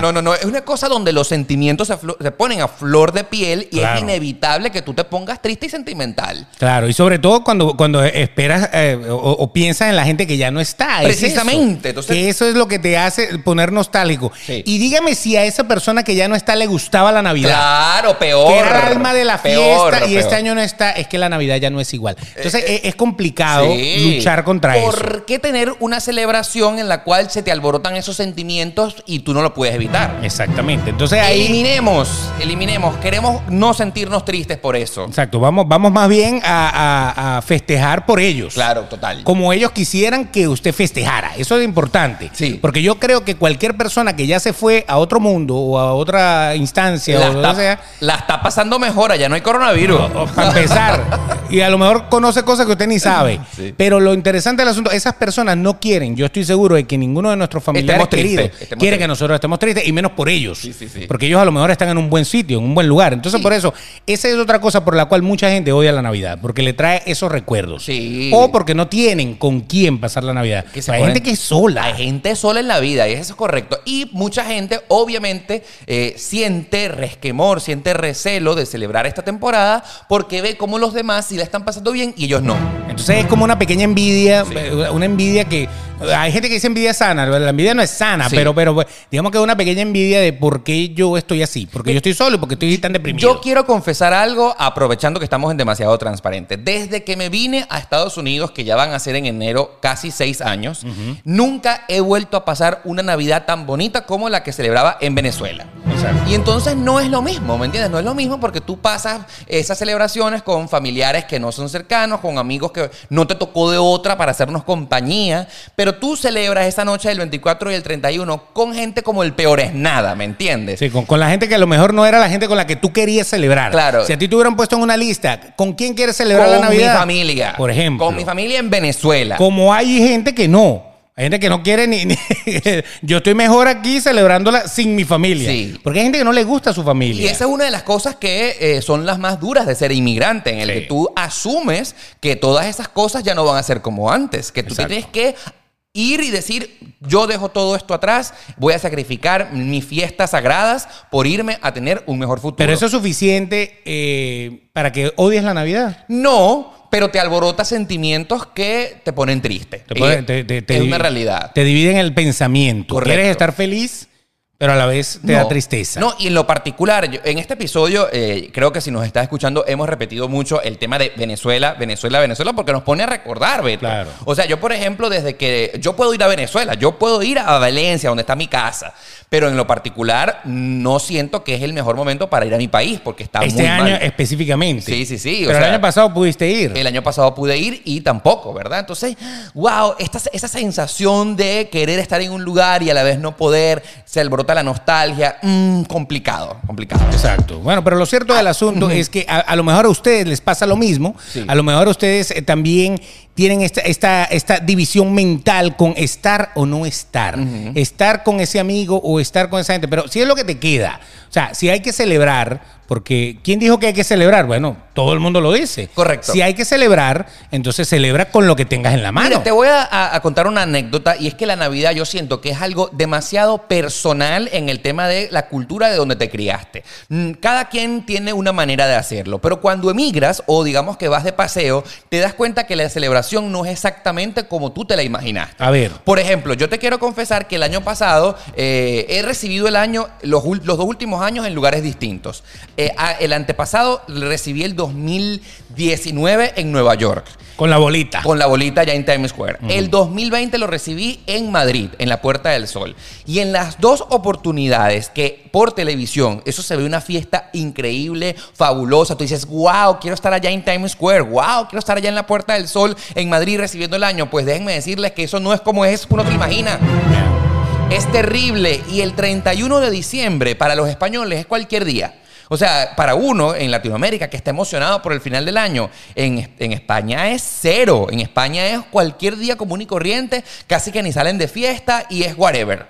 A: No, no, no, no. Es una cosa donde los sentimientos se, aflo- se ponen a flor de piel y
B: Claro.
A: es inevitable que tú te pongas triste y sentimental.
B: Claro, y sobre todo cuando, cuando esperas eh, o, o piensas en la gente que ya no está. es
A: Precisamente,
B: eso.
A: entonces-
B: que eso es lo que te hace poner nostálgico.
A: Sí.
B: Y dígame si a esa persona que ya no está le gustaba la Navidad.
A: Claro, peor.
B: que era el alma de la
A: Peor,
B: fiesta y
A: peor. Eh,
B: este año no está, es que la Navidad ya no es igual. Entonces es, es complicado
A: Sí.
B: luchar contra eso.
A: ¿Por qué tener una celebración en la cual se te alborotan esos sentimientos y tú no lo puedes evitar?
B: Exactamente. Entonces ahí.
A: Eliminemos, eliminemos. Queremos no sentirnos tristes por eso.
B: Exacto, vamos, vamos más bien a, a- a festejar por ellos.
A: Claro, total.
B: como ellos quisieran que usted festejara. Eso es importante.
A: Sí.
B: Porque yo creo que cualquier persona que ya se fue a otro mundo o a otra instancia
A: La
B: o lo
A: está,
B: que sea,
A: la está pasando mejor, allá no hay coronavirus.
B: o- para empezar, y a lo mejor conoce cosas que usted ni sabe.
A: Sí.
B: Pero lo interesante del asunto, esas personas no quieren, yo estoy seguro de que ninguno de nuestros familiares
A: Estemos tristes,
B: queridos
A: estemos
B: quiere que
A: tristes.
B: nosotros estemos tristes y menos por ellos.
A: Sí, sí, sí.
B: Porque ellos a lo mejor están en un buen sitio, en un buen lugar. Entonces, por eso, esa es otra cosa por la cual mucha gente odia la Navidad, porque le trae esos recuerdos.
A: Sí.
B: O porque no tienen con quién pasar la Navidad.
A: Que se
B: hay
A: ponen-
B: gente que es sola.
A: Hay gente sola en la vida, y eso es correcto. Y mucha gente, obviamente, eh, siente resquemor, siente recelo de celebrar esta temporada porque ve cómo los demás sí la están pasando bien y ellos no.
B: Entonces es como una pequeña envidia, eh, una envidia que hay gente que dice envidia sana, la envidia no es sana,
A: Sí.
B: pero pero digamos que es una pequeña envidia de por qué yo estoy así, porque yo estoy solo y porque estoy tan deprimido.
A: Yo quiero confesar algo aprovechando que estamos en demasiado transparente. Desde que me vine a Estados Unidos, que ya van a ser en enero casi seis años, nunca he vuelto a pasar una Navidad tan bonita como la que celebraba en Venezuela.
B: Exacto.
A: Y entonces no es lo mismo, ¿me entiendes? No es lo mismo porque tú pasas esas celebraciones con familiares que no son cercanos, con amigos que no te tocó de otra para hacernos compañía, pero tú celebras esa noche del 24 y el 31 con gente como el peor es nada, ¿me entiendes?
B: Sí, con, con la gente que a lo mejor no era la gente con la que tú querías celebrar.
A: Claro.
B: Si a ti te hubieran puesto en una lista, ¿con quién quieres celebrar
A: con
B: la Navidad?
A: mi familia.
B: Por ejemplo.
A: Con mi familia en Venezuela.
B: Como hay gente que no. Hay gente que no quiere ni, ni- Yo estoy mejor aquí celebrándola sin mi familia.
A: Sí.
B: Porque hay gente que no le gusta su familia.
A: y esa es una de las cosas que eh, son las más duras de ser inmigrante, en el
B: Sí.
A: que tú asumes que todas esas cosas ya no van a ser como antes, que tú te
B: Exacto.
A: tienes que ir y decir, yo dejo todo esto atrás, voy a sacrificar mis fiestas sagradas por irme a tener un mejor futuro.
B: Pero eso es suficiente eh, para que odies la Navidad.
A: No, pero te alborota sentimientos que te ponen triste.
B: Te pone-
A: Eh,
B: te- te- te
A: es
B: divi-
A: una realidad.
B: Te dividen el pensamiento.
A: Correcto.
B: Quieres estar feliz, pero, pero a la vez te da tristeza.
A: No, y en lo particular, yo- en este episodio, eh, creo que si nos estás escuchando, hemos repetido mucho el tema de Venezuela, Venezuela, Venezuela, porque nos pone a recordar, Beto.
B: Claro.
A: O sea, yo, por ejemplo, desde que yo puedo ir a Venezuela, yo puedo ir a Valencia, donde está mi casa, pero en lo particular, no siento que es el mejor momento para ir a mi país, porque está
B: este
A: muy
B: año
A: mal.
B: específicamente.
A: Sí, sí, sí, o
B: Pero el
A: sea-
B: año pasado pudiste ir.
A: El año pasado pude ir y tampoco, ¿verdad? Entonces, wow, esta, esa sensación de querer estar en un lugar y a la vez no poder, se alborota la nostalgia. Mm, complicado, complicado.
B: Exacto. Bueno, pero lo cierto del asunto es que a, a lo mejor a ustedes les pasa lo mismo.
A: Sí.
B: A lo mejor ustedes eh, también tienen esta, esta, esta división mental con estar o no estar. Estar con ese amigo o estar con esa gente. Pero si es lo que te queda. O sea, si hay que celebrar, porque ¿quién dijo que hay que celebrar? Bueno, todo el mundo lo dice.
A: Correcto.
B: Si hay que celebrar, entonces celebra con lo que tengas en la mano.
A: Mira, te voy a, a- a contar una anécdota y es que la Navidad yo siento que es algo demasiado personal en el tema de la cultura de donde te criaste. Mm, Cada quien tiene una manera de hacerlo, pero cuando emigras o digamos que vas de paseo, te das cuenta que la celebración no es exactamente como tú te la imaginaste.
B: A ver.
A: Por ejemplo, yo te quiero confesar que el año pasado eh, he recibido el año, los, ul- los dos últimos años en lugares distintos. Eh, a- el antepasado recibí el 2019 en Nueva York.
B: Con la bolita.
A: Con la bolita ya en Times Square. El 2020 lo recibí en Madrid, en la Puerta del Sol. Y en las dos oportunidades que por televisión, eso se ve una fiesta increíble, fabulosa. Tú dices, wow, quiero estar allá en Times Square, wow, quiero estar allá en la Puerta del Sol, en Madrid recibiendo el año. Pues déjenme decirles que eso no es como es, uno te imagina. Es terrible. Y el 31 de diciembre para los españoles es cualquier día. O sea, para uno en Latinoamérica que está emocionado por el final del año, en, en España es cero. En España es cualquier día común y corriente, casi que ni salen de fiesta y es whatever.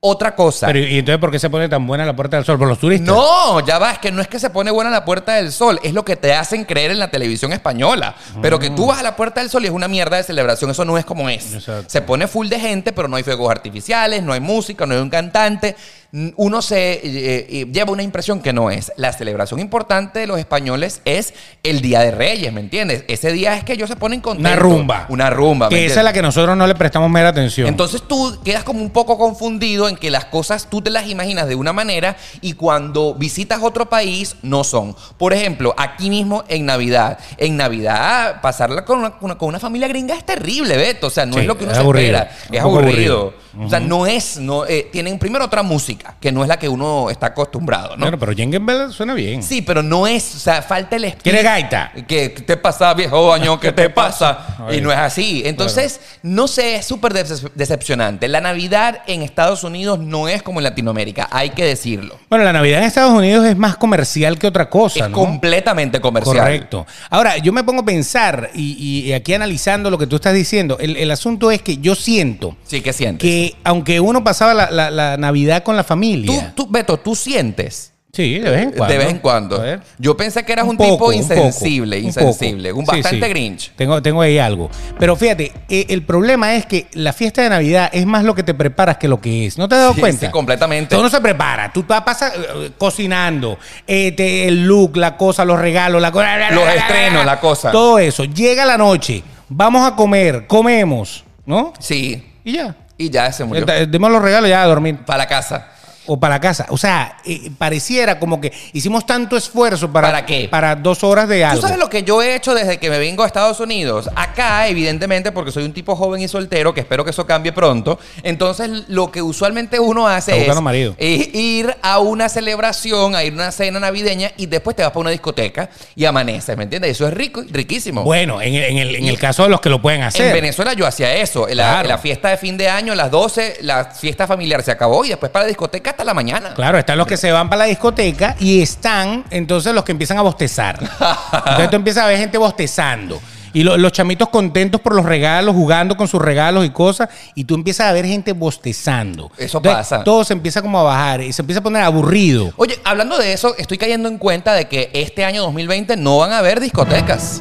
A: Otra cosa.
B: Pero, ¿Y entonces por qué se pone tan buena la puerta del sol? ¿Por los turistas?
A: No, ya va, es que no es que se pone buena la Puerta del Sol, es lo que te hacen creer en la televisión española. Pero que
B: Mm.
A: tú vas a la Puerta del Sol y es una mierda de celebración, eso no es como es.
B: Exacto.
A: Se pone full de gente, pero no hay fuegos artificiales, no hay música, no hay un cantante. N- Uno se eh, eh, lleva una impresión que no es. La celebración importante de los españoles es el Día de Reyes, ¿me entiendes? Ese día es que ellos se ponen contentos.
B: Una rumba.
A: Una rumba. ¿me
B: Que esa es
A: entiendes?
B: la que nosotros no le prestamos mera atención.
A: Entonces tú quedas como un poco confundido en que las cosas tú te las imaginas de una manera y cuando visitas otro país no son. Por ejemplo, aquí mismo en Navidad. En Navidad pasarla con una, con una- con una familia gringa es terrible, Beto. O sea, no
B: Sí,
A: es lo que uno
B: es
A: se
B: aburrido.
A: espera.
B: Un
A: Es
B: poco
A: aburrido.
B: aburrido.
A: O sea, no es... No, eh, tienen primero otra música, que no es la que uno está acostumbrado, ¿no?
B: Bueno, pero Jengen Bell suena bien.
A: Sí, pero no es, o sea, falta el espíritu.
B: ¿Quieres gaita?
A: ¿Qué, qué te pasa, viejo año? ¿Qué te pasa?
B: Ay.
A: Y no es así. Entonces, no sé, es súper decep- decepcionante. La Navidad en Estados Unidos no es como en Latinoamérica, hay que decirlo.
B: Bueno, la Navidad en Estados Unidos es más comercial que otra cosa,
A: es
B: ¿no?
A: completamente comercial.
B: Correcto. Ahora, yo me pongo a pensar y, y- y aquí analizando lo que tú estás diciendo, el, el asunto es que yo siento
A: Sí, ¿qué sientes?
B: que aunque uno pasaba la, la- la Navidad con la
A: Tú,
B: familia,
A: tú, Beto, tú sientes.
B: sí, de vez en cuando.
A: De vez en cuando.
B: A ver.
A: Yo pensé que eras un,
B: poco,
A: tipo insensible,
B: poco,
A: insensible, un,
B: poco. Sí,
A: bastante
B: sí.
A: grinch.
B: Tengo, tengo ahí algo. Pero fíjate, eh, el problema es que la fiesta de Navidad es más lo que te preparas que lo que es. ¿No te has dado
A: Sí,
B: cuenta?
A: sí, completamente.
B: Todo no se prepara. Tú pa- pasas eh, cocinando, eh, te- el look, la cosa, los regalos, la cosa.
A: Los estrenos, la cosa.
B: Todo eso. Llega la noche, vamos a comer, comemos, ¿no?
A: Sí,
B: Y ya.
A: y ya se murió.
B: Eh, Demos los regalos ya a dormir
A: Para la casa.
B: o para casa. O sea, eh, pareciera como que hicimos tanto esfuerzo para,
A: ¿Para qué?
B: para dos horas de algo.
A: ¿Tú sabes lo que yo he hecho desde que me vengo a Estados Unidos? Acá, evidentemente, porque soy un tipo joven y soltero, que espero que eso cambie pronto. Entonces, lo que usualmente uno
B: Está
A: hace es
B: buscando marido.
A: i- ir a una celebración, a ir a una cena navideña y después te vas para una discoteca y amaneces, ¿me entiendes? Eso es rico, riquísimo.
B: Bueno, en, el- en el, en el caso de los que lo pueden hacer.
A: Oh. En Venezuela yo hacía eso. La,
B: Claro.
A: la fiesta de fin de año, las 12, la fiesta familiar se acabó y después para la discoteca hasta la mañana.
B: Claro, están los que se van para la discoteca y están entonces los que empiezan a bostezar. Entonces tú empiezas a ver gente bostezando. Y lo- los chamitos contentos por los regalos, jugando con sus regalos y cosas. Y tú empiezas a ver gente bostezando.
A: Eso pasa.
B: Todo se empieza como a bajar y se empieza a poner aburrido.
A: Oye, hablando de eso, estoy cayendo en cuenta de que este año 2020 no van a haber discotecas.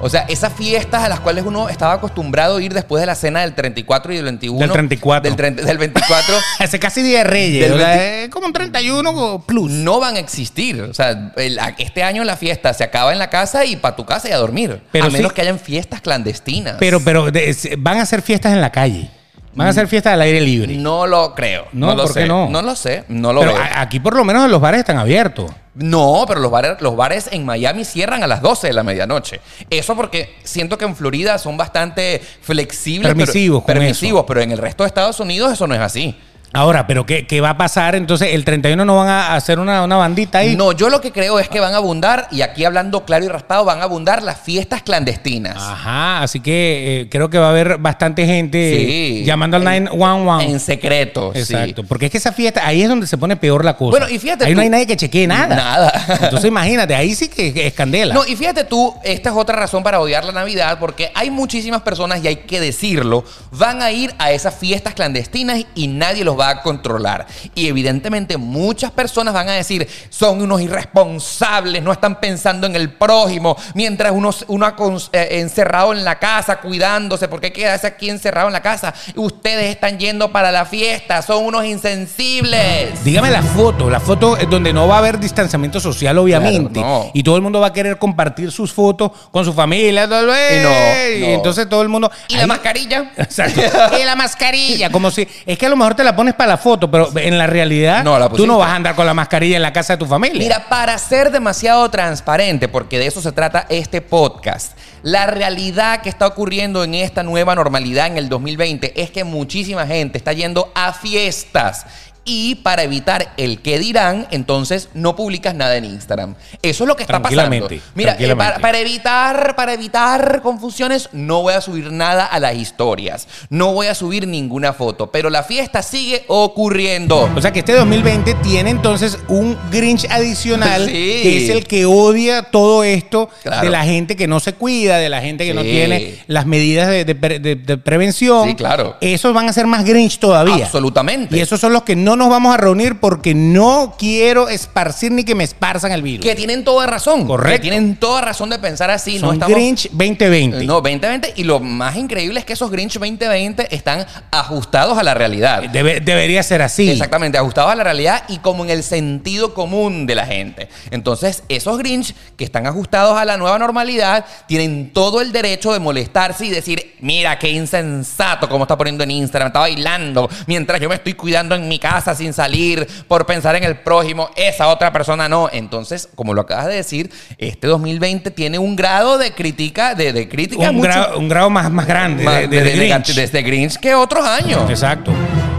A: O sea, esas fiestas a las cuales uno estaba acostumbrado a ir después de la cena del 34 y del 21.
B: Del 34.
A: Del, 30 del 24.
B: Hace casi Día de Reyes.
A: Del
B: o sea,
A: 20
B: es como un 31 plus.
A: no van a existir. O sea, el- este año la fiesta se acaba en la casa y para tu casa y a dormir.
B: Pero
A: a menos
B: sí-
A: que hayan fiestas clandestinas.
B: Pero, pero de- es- van a hacer fiestas en la calle. Van a
A: Mm.
B: hacer fiestas al aire libre.
A: No lo creo. No,
B: No,
A: lo
B: ¿por
A: sé.
B: qué no?
A: lo sé. No lo
B: Pero
A: veo.
B: a- aquí por lo menos los bares están abiertos.
A: No, pero los bares, los bares en Miami cierran a las 12 de la medianoche. Eso porque siento que en Florida son bastante flexibles. pero-
B: Permisivos con
A: permisivos, pero en el resto de Estados Unidos eso no es así.
B: Ahora, ¿pero qué, qué va a pasar? Entonces, el 31 no van a hacer una, una bandita ahí.
A: No, yo lo que creo es que van a abundar, y aquí hablando claro y raspado, van a abundar las fiestas clandestinas.
B: Ajá, así que eh, creo que va a haber bastante gente
A: Sí.
B: eh, llamando al
A: En-
B: 911.
A: En secreto, sí.
B: Exacto, porque es que esa fiesta, ahí es donde se pone peor la cosa.
A: Bueno, y fíjate
B: Ahí
A: tú-
B: no hay nadie que chequee nada.
A: Nada.
B: Entonces imagínate, ahí sí que es candela.
A: No, y fíjate tú, esta es otra razón para odiar la Navidad, porque hay muchísimas personas, y hay que decirlo, van a ir a esas fiestas clandestinas y nadie los va a controlar. Y evidentemente muchas personas van a decir, son unos irresponsables, no están pensando en el prójimo, mientras uno, uno acon- eh, encerrado en la casa, cuidándose, ¿por qué quedarse aquí encerrado en la casa? Ustedes están yendo para la fiesta, son unos insensibles.
B: Dígame la foto, la foto es donde no va a haber distanciamiento social, obviamente.
A: Claro, no.
B: Y todo el mundo va a querer compartir sus fotos con su familia. todo el-
A: Y no,
B: Y
A: no.
B: entonces todo el mundo.
A: ¿Y la
B: Ahí-
A: mascarilla?
B: Exacto. y la mascarilla, como si. Es que a lo mejor te la pones para la foto, pero en la realidad
A: No, la
B: tú no
A: pusiste.
B: vas a andar con la mascarilla en la casa de tu familia.
A: Mira, para ser demasiado transparente, porque de eso se trata este podcast, la realidad que está ocurriendo en esta nueva normalidad en el 2020 es que muchísima gente está yendo a fiestas. Y para evitar el que dirán, entonces no publicas nada en Instagram. Eso es lo que está pasando.
B: Tranquilamente,
A: Mira, eh,
B: tranquilamente.
A: para, para evitar, para evitar confusiones, no voy a subir nada a las historias. No voy a subir ninguna foto. Pero la fiesta sigue ocurriendo.
B: O sea que este 2020 tiene entonces un Grinch adicional
A: Sí.
B: que es el que odia todo esto
A: Claro.
B: de la gente que no se cuida, de la gente que no
A: Sí.
B: tiene las medidas de, de pre- de- de prevención.
A: Sí, claro.
B: Esos van a ser más Grinch todavía.
A: Absolutamente.
B: Y esos son los que no nos vamos a reunir porque no quiero esparcir ni que me esparzan el virus.
A: Que tienen toda razón.
B: Correcto.
A: Que tienen toda razón de pensar así.
B: Son
A: no estamos.
B: Grinch 2020.
A: No, 2020. Y lo más increíble es que esos Grinch 2020 están ajustados a la realidad.
B: Debe- debería ser así.
A: Exactamente, ajustados a la realidad y como en el sentido común de la gente. Entonces, esos Grinch que están ajustados a la nueva normalidad tienen todo el derecho de molestarse y decir, mira, qué insensato como está poniendo en Instagram, está bailando, mientras yo me estoy cuidando en mi casa sin salir por pensar en el prójimo, esa otra persona no. Entonces, como lo acabas de decir, este 2020 tiene un grado de crítica, de, de crítica
B: Un,
A: mucho
B: grado, un grado más, más grande
A: más-
B: de, de- de Grinch.
A: desde Grinch que otros años.
B: Exacto.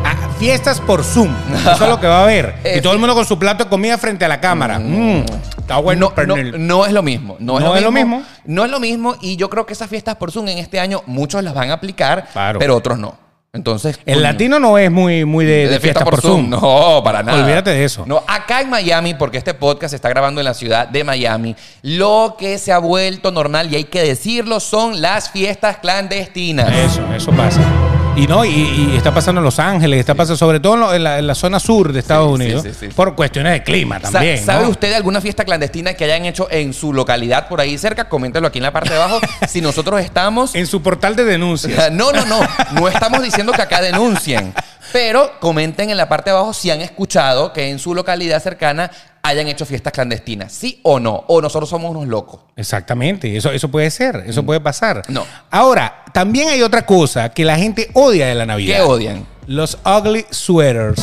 B: Ah, fiestas por Zoom. Eso es lo que va a haber.
A: Eh,
B: y todo el mundo con su plato de comida frente a la cámara. Mm, está bueno.
A: Ah, no,
B: pernil.
A: no- no es lo mismo. No,
B: No
A: es, lo, mismo,
B: mismo.
A: No es lo mismo. Y yo creo que esas fiestas por Zoom en este año muchos las van a aplicar,
B: Claro.
A: pero otros no. Entonces.
B: el
A: coño,
B: latino no es muy, muy de,
A: de
B: de fiestas por, Zoom.
A: No, para nada.
B: Olvídate de eso.
A: No, acá en Miami, porque este podcast se está grabando en la ciudad de Miami, lo que se ha vuelto normal, y hay que decirlo, son las fiestas clandestinas.
B: Eso, eso pasa. Y no, y, y está pasando en Los Ángeles, está pasando sobre todo en, lo- en la, en la zona sur de Estados
A: Sí, sí,
B: Unidos,
A: sí, sí.
B: por cuestiones de clima
A: Sa-
B: también.
A: ¿Sabe
B: ¿no?
A: usted de alguna fiesta clandestina que hayan hecho en su localidad por ahí cerca? Coméntelo aquí en la parte de abajo. si nosotros estamos
B: En su portal de denuncias.
A: No, no, no. No estamos diciendo que acá denuncien. Pero comenten en la parte de abajo si han escuchado que en su localidad cercana hayan hecho fiestas clandestinas. ¿Sí o no? O nosotros somos unos locos.
B: Exactamente, eso, eso puede ser, eso puede pasar.
A: Mm. No.
B: Ahora, también hay otra cosa que la gente odia de la Navidad.
A: ¿Qué odian?
B: Los ugly sweaters.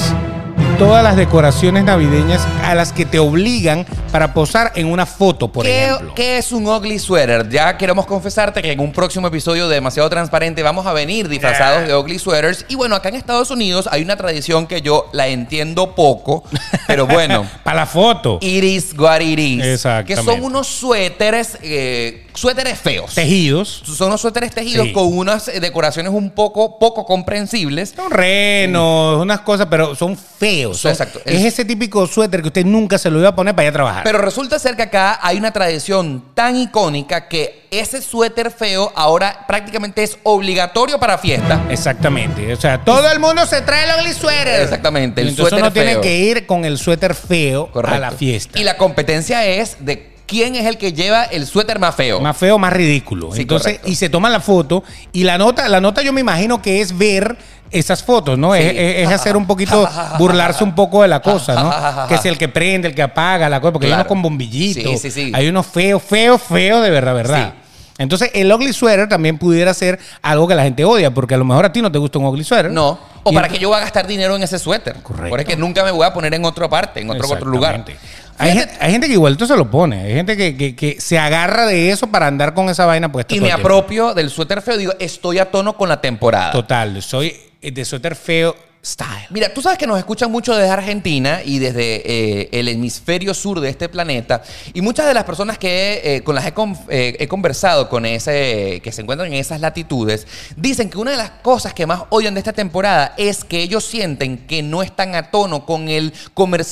B: Todas las decoraciones navideñas a las que te obligan para posar en una foto, por
A: ¿Qué,
B: ejemplo.
A: qué es un ugly sweater? Ya queremos confesarte que en un próximo episodio de Demasiado Transparente vamos a venir disfrazados de ugly sweaters. Y bueno, acá en Estados Unidos hay una tradición que yo la entiendo poco, pero bueno.
B: Para la foto.
A: Iris guariris. Que
B: Exactamente.
A: son unos suéteres, eh, suéteres feos.
B: Tejidos.
A: Son unos suéteres tejidos
B: Sí.
A: con unas eh, decoraciones un poco, poco comprensibles.
B: Son renos, unas cosas, pero son feos.
A: Mm.
B: Son-
A: Exacto.
B: Es ese típico suéter que usted nunca se lo iba a poner para ir a trabajar.
A: Pero resulta ser que acá hay una tradición tan icónica que ese suéter feo ahora prácticamente es obligatorio para fiesta.
B: Exactamente. O sea, todo el mundo se trae el ugly sweater.
A: Exactamente, el
B: Y Entonces
A: suéter
B: uno tiene
A: feo.
B: que ir con el suéter feo a la fiesta.
A: Y la competencia es de quién es el que lleva el suéter más feo.
B: Más feo, más ridículo.
A: Sí,
B: Entonces,
A: correcto.
B: y se toma la foto. Y la nota, la nota yo me imagino que es ver esas fotos, ¿no? Es, es- es hacer un poquito, burlarse un poco de la cosa, ¿no? que es el que prende, el que apaga la cosa, porque
A: Claro.
B: hay unos con bombillitos.
A: Sí, sí, sí.
B: Hay unos feos, feos, feos de verdad, ¿verdad?
A: Sí.
B: Entonces, el ugly sweater también pudiera ser algo que la gente odia, porque a lo mejor a ti no te gusta un ugly sweater.
A: No. O
B: Y
A: para
B: ento-
A: que yo voy a gastar dinero en ese suéter.
B: Correcto.
A: Porque es que nunca me voy a poner en otra parte, en otro, otro lugar.
B: Exactamente. Hay gente, hay gente que igual tú se lo pone. Hay gente que, que- que se agarra de eso para andar con esa vaina puesta.
A: Y
B: todo
A: me
B: el tiempo.
A: apropio del suéter feo. Digo, estoy a tono con la temporada.
B: Total, soy eh, de suéter feo style.
A: Mira, tú sabes que nos escuchan mucho desde Argentina y desde eh, el hemisferio sur de este planeta. Y muchas de las personas que eh, con las he, con- eh, he conversado con ese que se encuentran en esas latitudes dicen que una de las cosas que más odian de esta temporada es que ellos sienten que no están a tono con el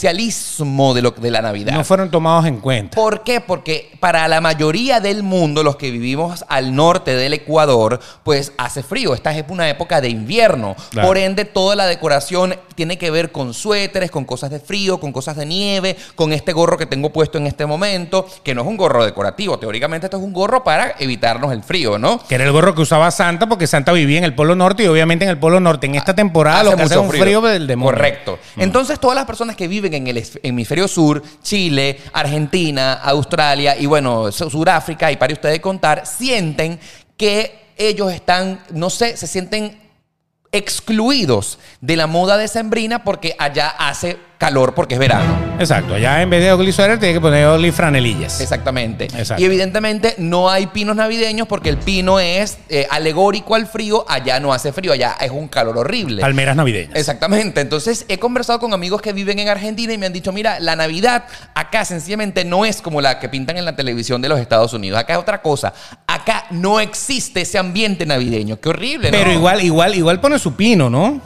A: comercialismo de lo de la Navidad.
B: No fueron tomados en cuenta.
A: ¿Por qué? Porque para la mayoría del mundo, los que vivimos al norte del Ecuador, pues hace frío. Esta es una época de invierno.
B: Claro.
A: Por ende, toda la decoración tiene que ver con suéteres, con cosas de frío, con cosas de nieve, con este gorro que tengo puesto en este momento, que no es un gorro decorativo. Teóricamente, esto es un gorro para evitarnos el frío, ¿no?
B: Que era el gorro que usaba Santa porque Santa vivía en el Polo Norte y obviamente en el Polo Norte en esta temporada lo que hace es un frío del demonio. Mm.
A: Correcto. Entonces, todas las personas que viven en el es- hemisferio sur, Chile, Argentina, Australia y bueno, Su- Sudáfrica, y para ustedes contar, sienten que ellos están, no sé, se sienten excluidos de la moda decembrina porque allá hace calor porque es verano.
B: Exacto. Allá en vez de ugly sweater tiene que poner ugly franelillas.
A: Exactamente.
B: Exacto.
A: Y evidentemente no hay pinos navideños porque el pino es eh, alegórico al frío, allá no hace frío, allá es un calor horrible.
B: Palmeras navideñas.
A: Exactamente. Entonces he conversado con amigos que viven en Argentina y me han dicho, mira, la Navidad acá sencillamente no es como la que pintan en la televisión de los Estados Unidos. Acá es otra cosa. Acá no existe ese ambiente navideño. Qué horrible. Este ¿no?
B: Pero igual, igual, igual pone su pino, ¿no?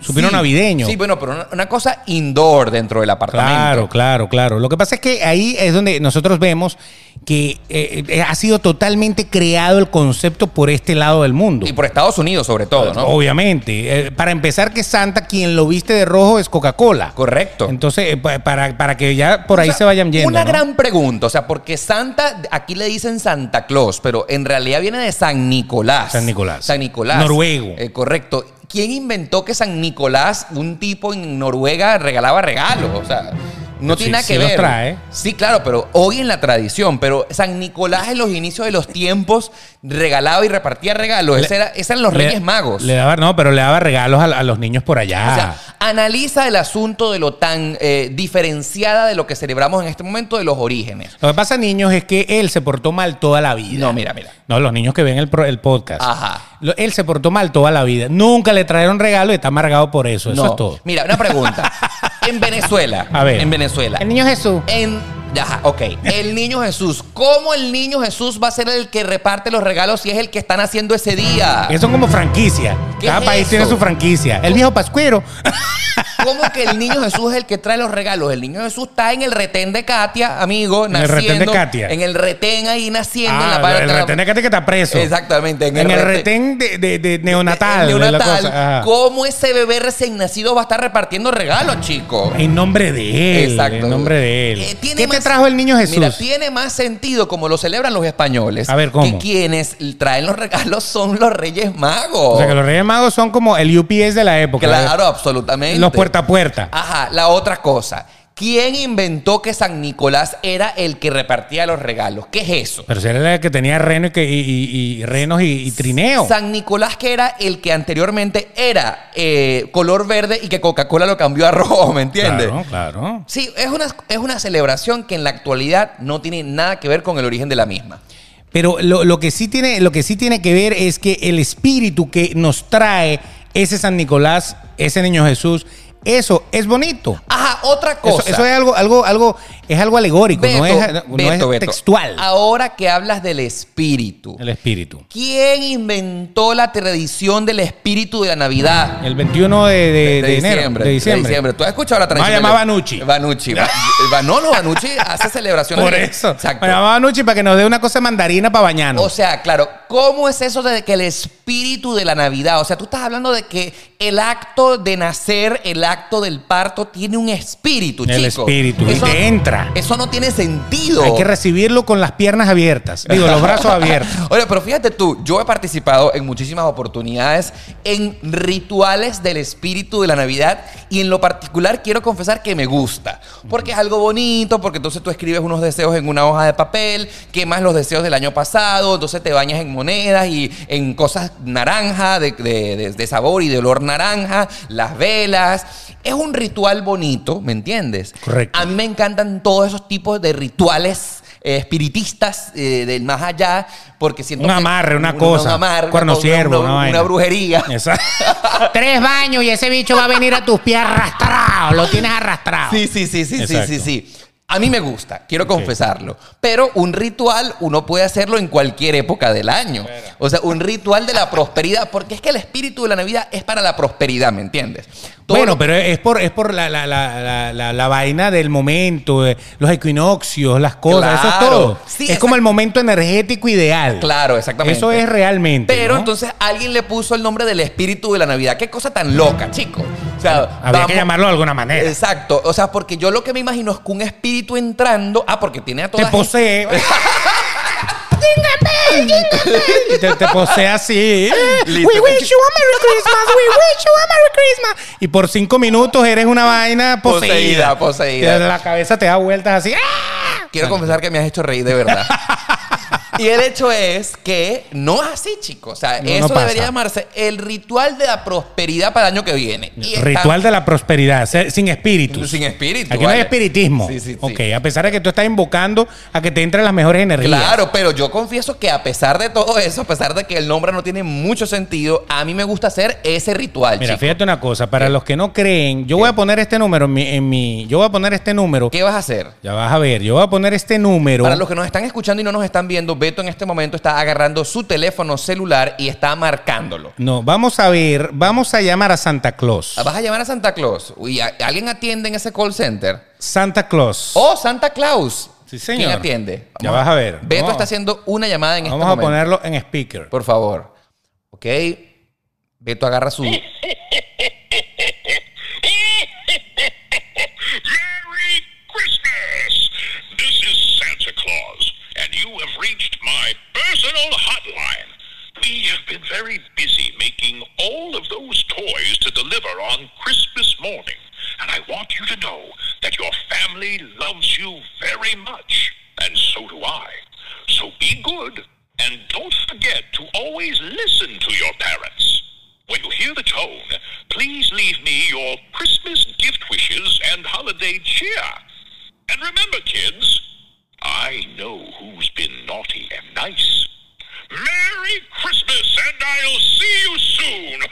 B: Su pino
A: Sí.
B: navideño.
A: Sí, bueno, pero una, una cosa indoor dentro del apartamento.
B: Claro, claro, claro. Lo que pasa es que ahí es donde nosotros vemos que eh, eh, ha sido totalmente creado el concepto por este lado del mundo.
A: Y por Estados Unidos sobre todo, ¿no?
B: Obviamente. Eh, para empezar, que Santa quien lo viste de rojo es Coca-Cola.
A: Correcto.
B: Entonces, eh, pa- para, para que ya por ahí
A: O sea,
B: se vayan yendo.
A: Una
B: ¿no?
A: gran pregunta, o sea, porque Santa, aquí le dicen Santa Claus, pero en realidad viene de San Nicolás.
B: San Nicolás.
A: San Nicolás.
B: Noruego.
A: Eh, correcto. ¿Quién inventó que San Nicolás, un tipo en Noruega, regalaba regalos? O sea, no
B: Pues Sí,
A: tiene nada
B: sí
A: que
B: los
A: ver.
B: trae.
A: Sí, claro, pero hoy en la tradición, pero San Nicolás en los inicios de los tiempos regalaba y repartía regalos. Ese era- esos eran los
B: Le-
A: Reyes Magos.
B: Le Ah. daba, no, pero le daba regalos a, a los niños por allá.
A: O sea, analiza el asunto de lo tan eh, diferenciada de lo que celebramos en este momento de los orígenes.
B: lo que pasa, niños, es que él se portó mal toda la vida.
A: No, mira, mira.
B: No, los niños que ven el, pro- el podcast.
A: Ajá.
B: Lo- Él se portó mal toda la vida. Nunca le trajeron regalo y está amargado por eso. Eso
A: No.
B: es todo.
A: Mira, una pregunta. en Venezuela.
B: A ver.
A: En Venezuela.
B: niño Jesús.
A: En. Ajá, ok. El niño Jesús. ¿Cómo el niño Jesús va a ser el que reparte los regalos si es el que están haciendo ese día?
B: Eso es como franquicia.
A: ¿Qué
B: Cada
A: es
B: país
A: eso?
B: tiene su franquicia. El viejo Pascuero.
A: ¿Cómo que el niño Jesús es el que trae los regalos? El niño Jesús está en el retén de Katia, amigo,
B: En el
A: naciendo.
B: retén de Katia.
A: En el retén ahí naciendo. en la
B: Ah,
A: parte
B: el
A: de la-
B: retén de Cate que está preso.
A: Exactamente.
B: En el retén de, de- de neonatal.
A: de
B: de la
A: neonatal,
B: cosa. Ajá.
A: ¿Cómo ese bebé recién nacido va a estar repartiendo regalos, chico?
B: En nombre de él.
A: Exacto.
B: En nombre de él.
A: Eh, tiene
B: ¿Qué te
A: más-
B: trajo el niño Jesús?
A: Mira, tiene más sentido como lo celebran los españoles.
B: A ver, ¿cómo?
A: Que quienes traen los regalos son los Reyes Magos.
B: o sea, que los Reyes Magos son como el UPS de la época.
A: Claro, absolutamente.
B: Los puerta a puerta.
A: Ajá, la otra cosa. ¿Quién inventó que San Nicolás era el que repartía los regalos? ¿Qué es eso?
B: Pero si era el que tenía reno y, que, y, y- y renos y, y trineo.
A: San Nicolás, que era el que anteriormente era eh, color verde y que Coca-Cola lo cambió a rojo, ¿me entiendes?
B: Claro, claro.
A: Sí, es una, es una celebración que en la actualidad no tiene nada que ver con el origen de la misma.
B: Pero lo, lo que sí tiene, lo que sí tiene que ver es que el espíritu que nos trae ese San Nicolás, ese niño Jesús, eso es bonito.
A: Ajá, otra
B: Eso,
A: cosa.
B: eso es algo, algo, algo, es algo alegórico, no
A: Beto,
B: es, no- no
A: Beto,
B: es
A: Beto,
B: textual.
D: Ah.
A: Ahora que hablas del espíritu,
B: El espíritu.
A: ¿quién inventó la tradición del espíritu de la Navidad?
B: El 21 de, de- Eh, de enero, de diciembre.
A: ¿Tú has escuchado la tradición?
B: Me llama
A: del-
B: Vanucci.
A: Vanucci. Va- Va- no, no, Vanucci hace celebraciones.
B: Por
A: de-
B: eso.
A: Exacto.
B: Me llamaba Nucci para que nos dé una cosa de mandarina para bañarnos.
D: Oh,
A: O sea, claro, ¿cómo es eso de que el espíritu de la Navidad? O sea, tú estás hablando de que el acto de nacer, el acto del parto tiene un espíritu,
B: El
A: chico.
B: espíritu, y te entra.
A: Eso no tiene sentido.
B: Hay que recibirlo con las piernas abiertas. Digo, los brazos abiertos.
A: Oye, pero fíjate tú, yo he participado en muchísimas oportunidades en rituales del espíritu de la Navidad y en lo particular quiero confesar que me gusta, porque es algo bonito, porque entonces tú escribes unos deseos en una hoja de papel, quemas los deseos del año pasado, entonces te bañas en monedas y en cosas naranja, de, de- de- de sabor y de olor naranja, las velas. Es un ritual bonito, ¿me entiendes?
B: Correcto.
A: A mí me encantan todos esos tipos de rituales eh, espiritistas eh, del más allá, porque siento
B: Un
A: que-
B: amarre, una cosa, cuerno
A: una-
B: ciervo,
A: una,
B: una vaina.
A: una brujería.
B: Exacto.
D: Tres baños y ese bicho va a venir a tus pies arrastrado. Lo tienes arrastrado.
A: Sí, sí, sí, sí, sí,
B: Exacto.
A: sí, sí. A mí me gusta, quiero confesarlo. Pero un ritual uno puede hacerlo en cualquier época del año. O sea, un ritual de la prosperidad, porque es que el espíritu de la Navidad es para la prosperidad, ¿me entiendes? Todo
B: bueno,
A: lo-
B: pero es por, es por la, la, la, la, la- la vaina del momento, eh, los equinoccios, las cosas, eso es
A: Claro.
B: todo.
A: Sí,
B: es como
A: exact-
B: el momento energético ideal.
A: Claro, exactamente.
B: Eso es realmente.
A: Pero
B: ¿no?
A: entonces alguien le puso el nombre del espíritu de la Navidad. Qué cosa tan loca, chico. O sea,
B: Habría
A: vamos-
B: que llamarlo de alguna manera.
A: Exacto. O sea, porque yo lo que me imagino es que un espíritu entrando. Ah, porque tiene a
B: te
A: todas.
B: posee. te, te posee así.
A: Listo.
B: We wish you a Merry Christmas. We wish you a Merry Christmas. Y por cinco minutos eres una vaina
A: Poseída,
B: poseída.
A: poseída.
B: Te- La cabeza te da vueltas así. ¡Ah!
A: Quiero confesar que me has hecho reír de verdad. Y el hecho es que no es así, chicos. O sea,
B: No, no
A: eso
B: pasa.
A: debería llamarse el ritual de la prosperidad para el año que viene. Y está-
B: Ritual de la prosperidad, se- sin espíritu.
A: Sin espíritu,
B: Aquí no hay
A: vale.
B: espiritismo.
A: Sí, sí, sí.
B: Ok, a pesar de que tú estás invocando a que te entren las mejores energías.
A: Claro, pero yo confieso que a pesar de todo eso, a pesar de que el nombre no tiene mucho sentido, a mí me gusta hacer ese ritual,
B: Mira,
A: chico.
B: fíjate una cosa, para
A: ¿Qué?
B: los que no creen, yo voy a poner este número en mi, en mi- yo voy a poner este número.
A: ¿Qué vas a hacer?
B: Ya vas a ver, yo voy a poner este número.
A: Para los que nos están escuchando y no nos están viendo, Beto en este momento está agarrando su teléfono celular y está marcándolo.
B: No, vamos a ver, vamos a llamar a Santa Claus.
A: Ah, ¿Vas a llamar a Santa Claus? ¿Y a- alguien atiende en ese call center?
B: Santa Claus.
A: ¡Oh, Santa Claus!
B: Sí, señor.
A: ¿Quién atiende?
B: Ya vas a ver.
A: Beto
B: Vamos.
A: está haciendo una llamada en
B: vamos
A: este
B: a
A: momento.
B: ponerlo en speaker.
A: Por favor. Ok. Beto agarra su...
E: Merry Christmas! This is Santa Claus, and you have reached my personal hotline. We have been very busy making all of those toys to deliver on Christmas morning, and I want you to know that your family loves you very much, and so do I. So be good, and don't forget to always listen to your parents. When you hear the tone, please leave me your Christmas gift wishes and holiday cheer. And remember, kids, I know who's been naughty and nice. Merry Christmas, and I'll see you soon.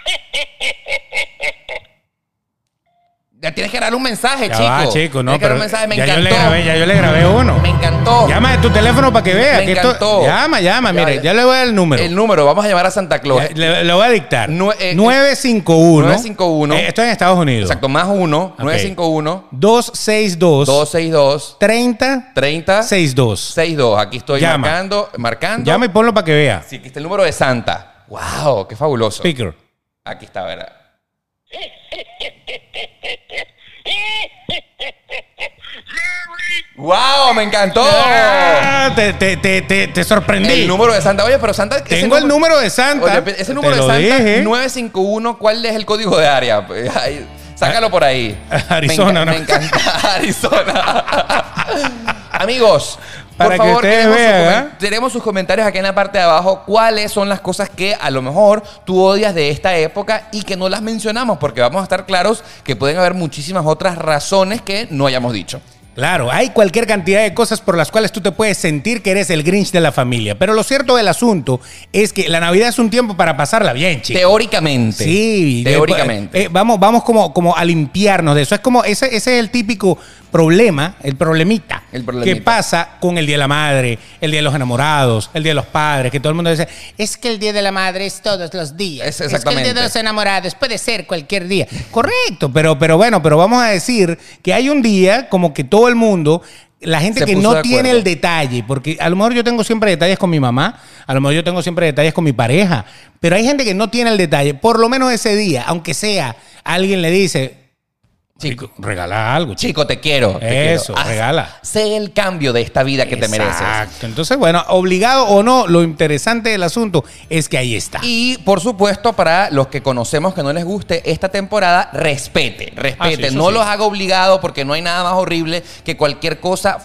A: Ya tienes que darle un mensaje,
B: ya
A: chico.
B: va, chico,
A: Tienes
B: no,
A: que darle
B: pero
A: un mensaje. Me
B: ya yo le
A: encantó.
B: grabé, ya yo le grabé uno.
A: Me encantó.
B: Llama de tu teléfono para que vea
A: Me
B: que esto-
A: encantó.
B: llama, llama,
A: Ya,
B: mire,
A: ya.
B: ya, le voy a dar el número.
A: El número, vamos a llamar a Santa Claus.
B: Ya, le, le voy a dictar.
A: Nue- eh,
B: 951.
A: 951.
B: Eh, esto es en Estados Unidos.
A: Exacto, más uno, 951
B: 262
A: 262
B: 30
A: 30
B: 62.
A: 62. Aquí estoy
B: Llama.
A: marcando, marcando.
B: Llama y ponlo para que vea.
A: Sí, aquí está el número de Santa. Wow, qué fabuloso.
B: Speaker.
A: Aquí está, ¿verdad? Wow, me encantó.
B: Ah, te, te, te, te, te sorprendí.
A: Oh. El número de Santa. Oye, pero Santa. ese
B: Tengo el número de Santa.
A: Oye, ese
B: Te
A: número de
B: lo
A: Santa,
B: dije.
A: 951, ¿cuál es el código de área? Pues, Ahí, Sácalo por ahí.
B: Arizona,
A: me enca-
B: ¿no?
A: Me encanta Arizona. Amigos,
B: Para
A: por
B: que
A: favor,
B: ustedes
A: tenemos, sus
B: vean,
A: comen-
B: ¿eh?
A: tenemos sus comentarios aquí en la parte de abajo. ¿Cuáles son las cosas que a lo mejor tú odias de esta época y que no las mencionamos? Porque vamos a estar claros que pueden haber muchísimas otras razones que no hayamos dicho.
B: Claro, hay cualquier cantidad de cosas por las cuales tú te puedes sentir que eres el Grinch de la familia. Pero lo cierto del asunto es que la Navidad es un tiempo para pasarla bien, chicos.
A: Teóricamente.
B: Sí,
A: Teóricamente.
B: eh, eh, vamos vamos como, como a limpiarnos de eso. Es como, ese, ese es el típico problema, el problemita,
A: El problemita.
B: que pasa con el Día de la Madre, el Día de los Enamorados, el Día de los Padres, que todo el mundo dice,
D: Es que el Día de la Madre es todos los días.
A: Es
D: que el Día
A: exactamente.
D: de los Enamorados puede ser cualquier día.
B: correcto, pero, pero bueno, pero vamos a decir que hay un día como que todo el mundo... La gente
A: Se
B: que
A: puso de
B: no
A: acuerdo.
B: tiene el detalle, porque a lo mejor yo tengo siempre detalles con mi mamá, a lo mejor yo tengo siempre detalles con mi pareja, pero hay gente que no tiene el detalle. Por lo menos ese día, aunque sea, alguien le dice,
A: Chico.
B: Regala algo, chico.
A: Chico, te quiero. te
B: Eso,
A: quiero. Haz-
B: regala.
A: Sé el cambio de esta vida que te mereces.
B: Exacto. Entonces, bueno, obligado o no, lo interesante del asunto es que ahí está.
A: Y por supuesto, para los que conocemos que no les guste esta temporada, respete, respete.
B: Ah, sí, eso
A: no
B: sí.
A: los haga obligado porque no hay nada más horrible que cualquier cosa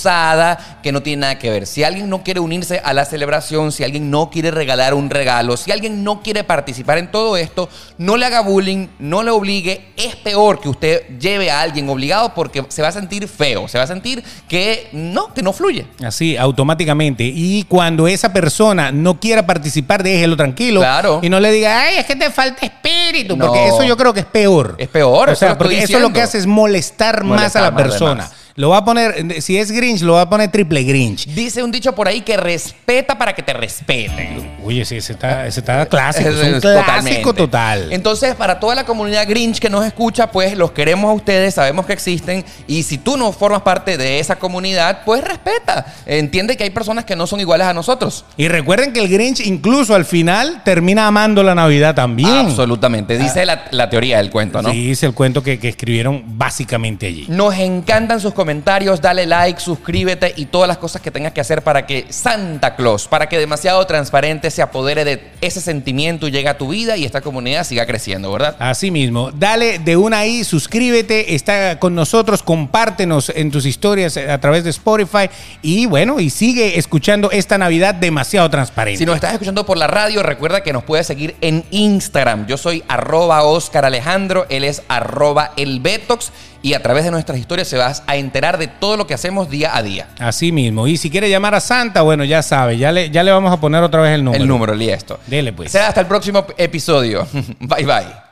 A: forzada que no tiene nada que ver. Si alguien no quiere unirse a la celebración, si alguien no quiere regalar un regalo, si alguien no quiere participar en todo esto, no le haga bullying, no le obligue. Es peor que usted lleve a alguien obligado porque se va a sentir feo, se va a sentir que no, que no fluye.
B: Así, automáticamente. Y cuando esa persona no quiera participar, déjelo tranquilo.
A: Claro.
B: Y no le diga, ay, es que te falta espíritu.
A: No.
B: Porque eso yo creo que es peor.
A: Es peor, eso
B: O
A: lo
B: sea,
A: estoy
B: porque eso lo que
A: diciendo.
B: hace es molestar, más
A: Molestar
B: a la
A: más,
B: persona.
A: además.
B: Lo va a poner, si es Grinch, lo va a poner triple Grinch.
A: Dice un dicho por ahí que respeta para que te respeten.
B: Oye, sí, ese está, ese está clásico.
A: Es-
B: Es un
A: es
B: clásico
A: totalmente.
B: total.
A: Entonces, para toda la comunidad Grinch que nos escucha, pues los queremos a ustedes, sabemos que existen. Y si tú no formas parte de esa comunidad, pues respeta. Entiende que hay personas que no son iguales a nosotros.
B: Y recuerden que el Grinch incluso al final termina amando la Navidad también.
A: Absolutamente. Dice la, la teoría del cuento, ¿no?
B: Ah. Sí, es el cuento que, que escribieron básicamente allí.
A: Nos encantan sus comentarios, dale like, suscríbete y todas las cosas que tengas que hacer para que Santa Claus, para que demasiado transparente se apodere de ese sentimiento y llegue a tu vida y esta comunidad siga creciendo, ¿verdad?
B: Así mismo, dale de una ahí, suscríbete, está con nosotros, compártenos en tus historias a través de Spotify y bueno, y sigue escuchando esta Navidad demasiado transparente.
A: Si nos estás escuchando por la radio, recuerda que nos puedes seguir en Instagram. Yo soy arroba Oscar Alejandro, él es arroba el Betox y a través de nuestras historias se vas a enterar de todo lo que hacemos día a día.
B: Así mismo, y si quiere llamar a Santa, bueno, ya sabe, ya le, ya le vamos a poner otra vez el número.
A: El número, leí esto.
B: Dele, pues.
A: Será hasta el próximo episodio. bye bye.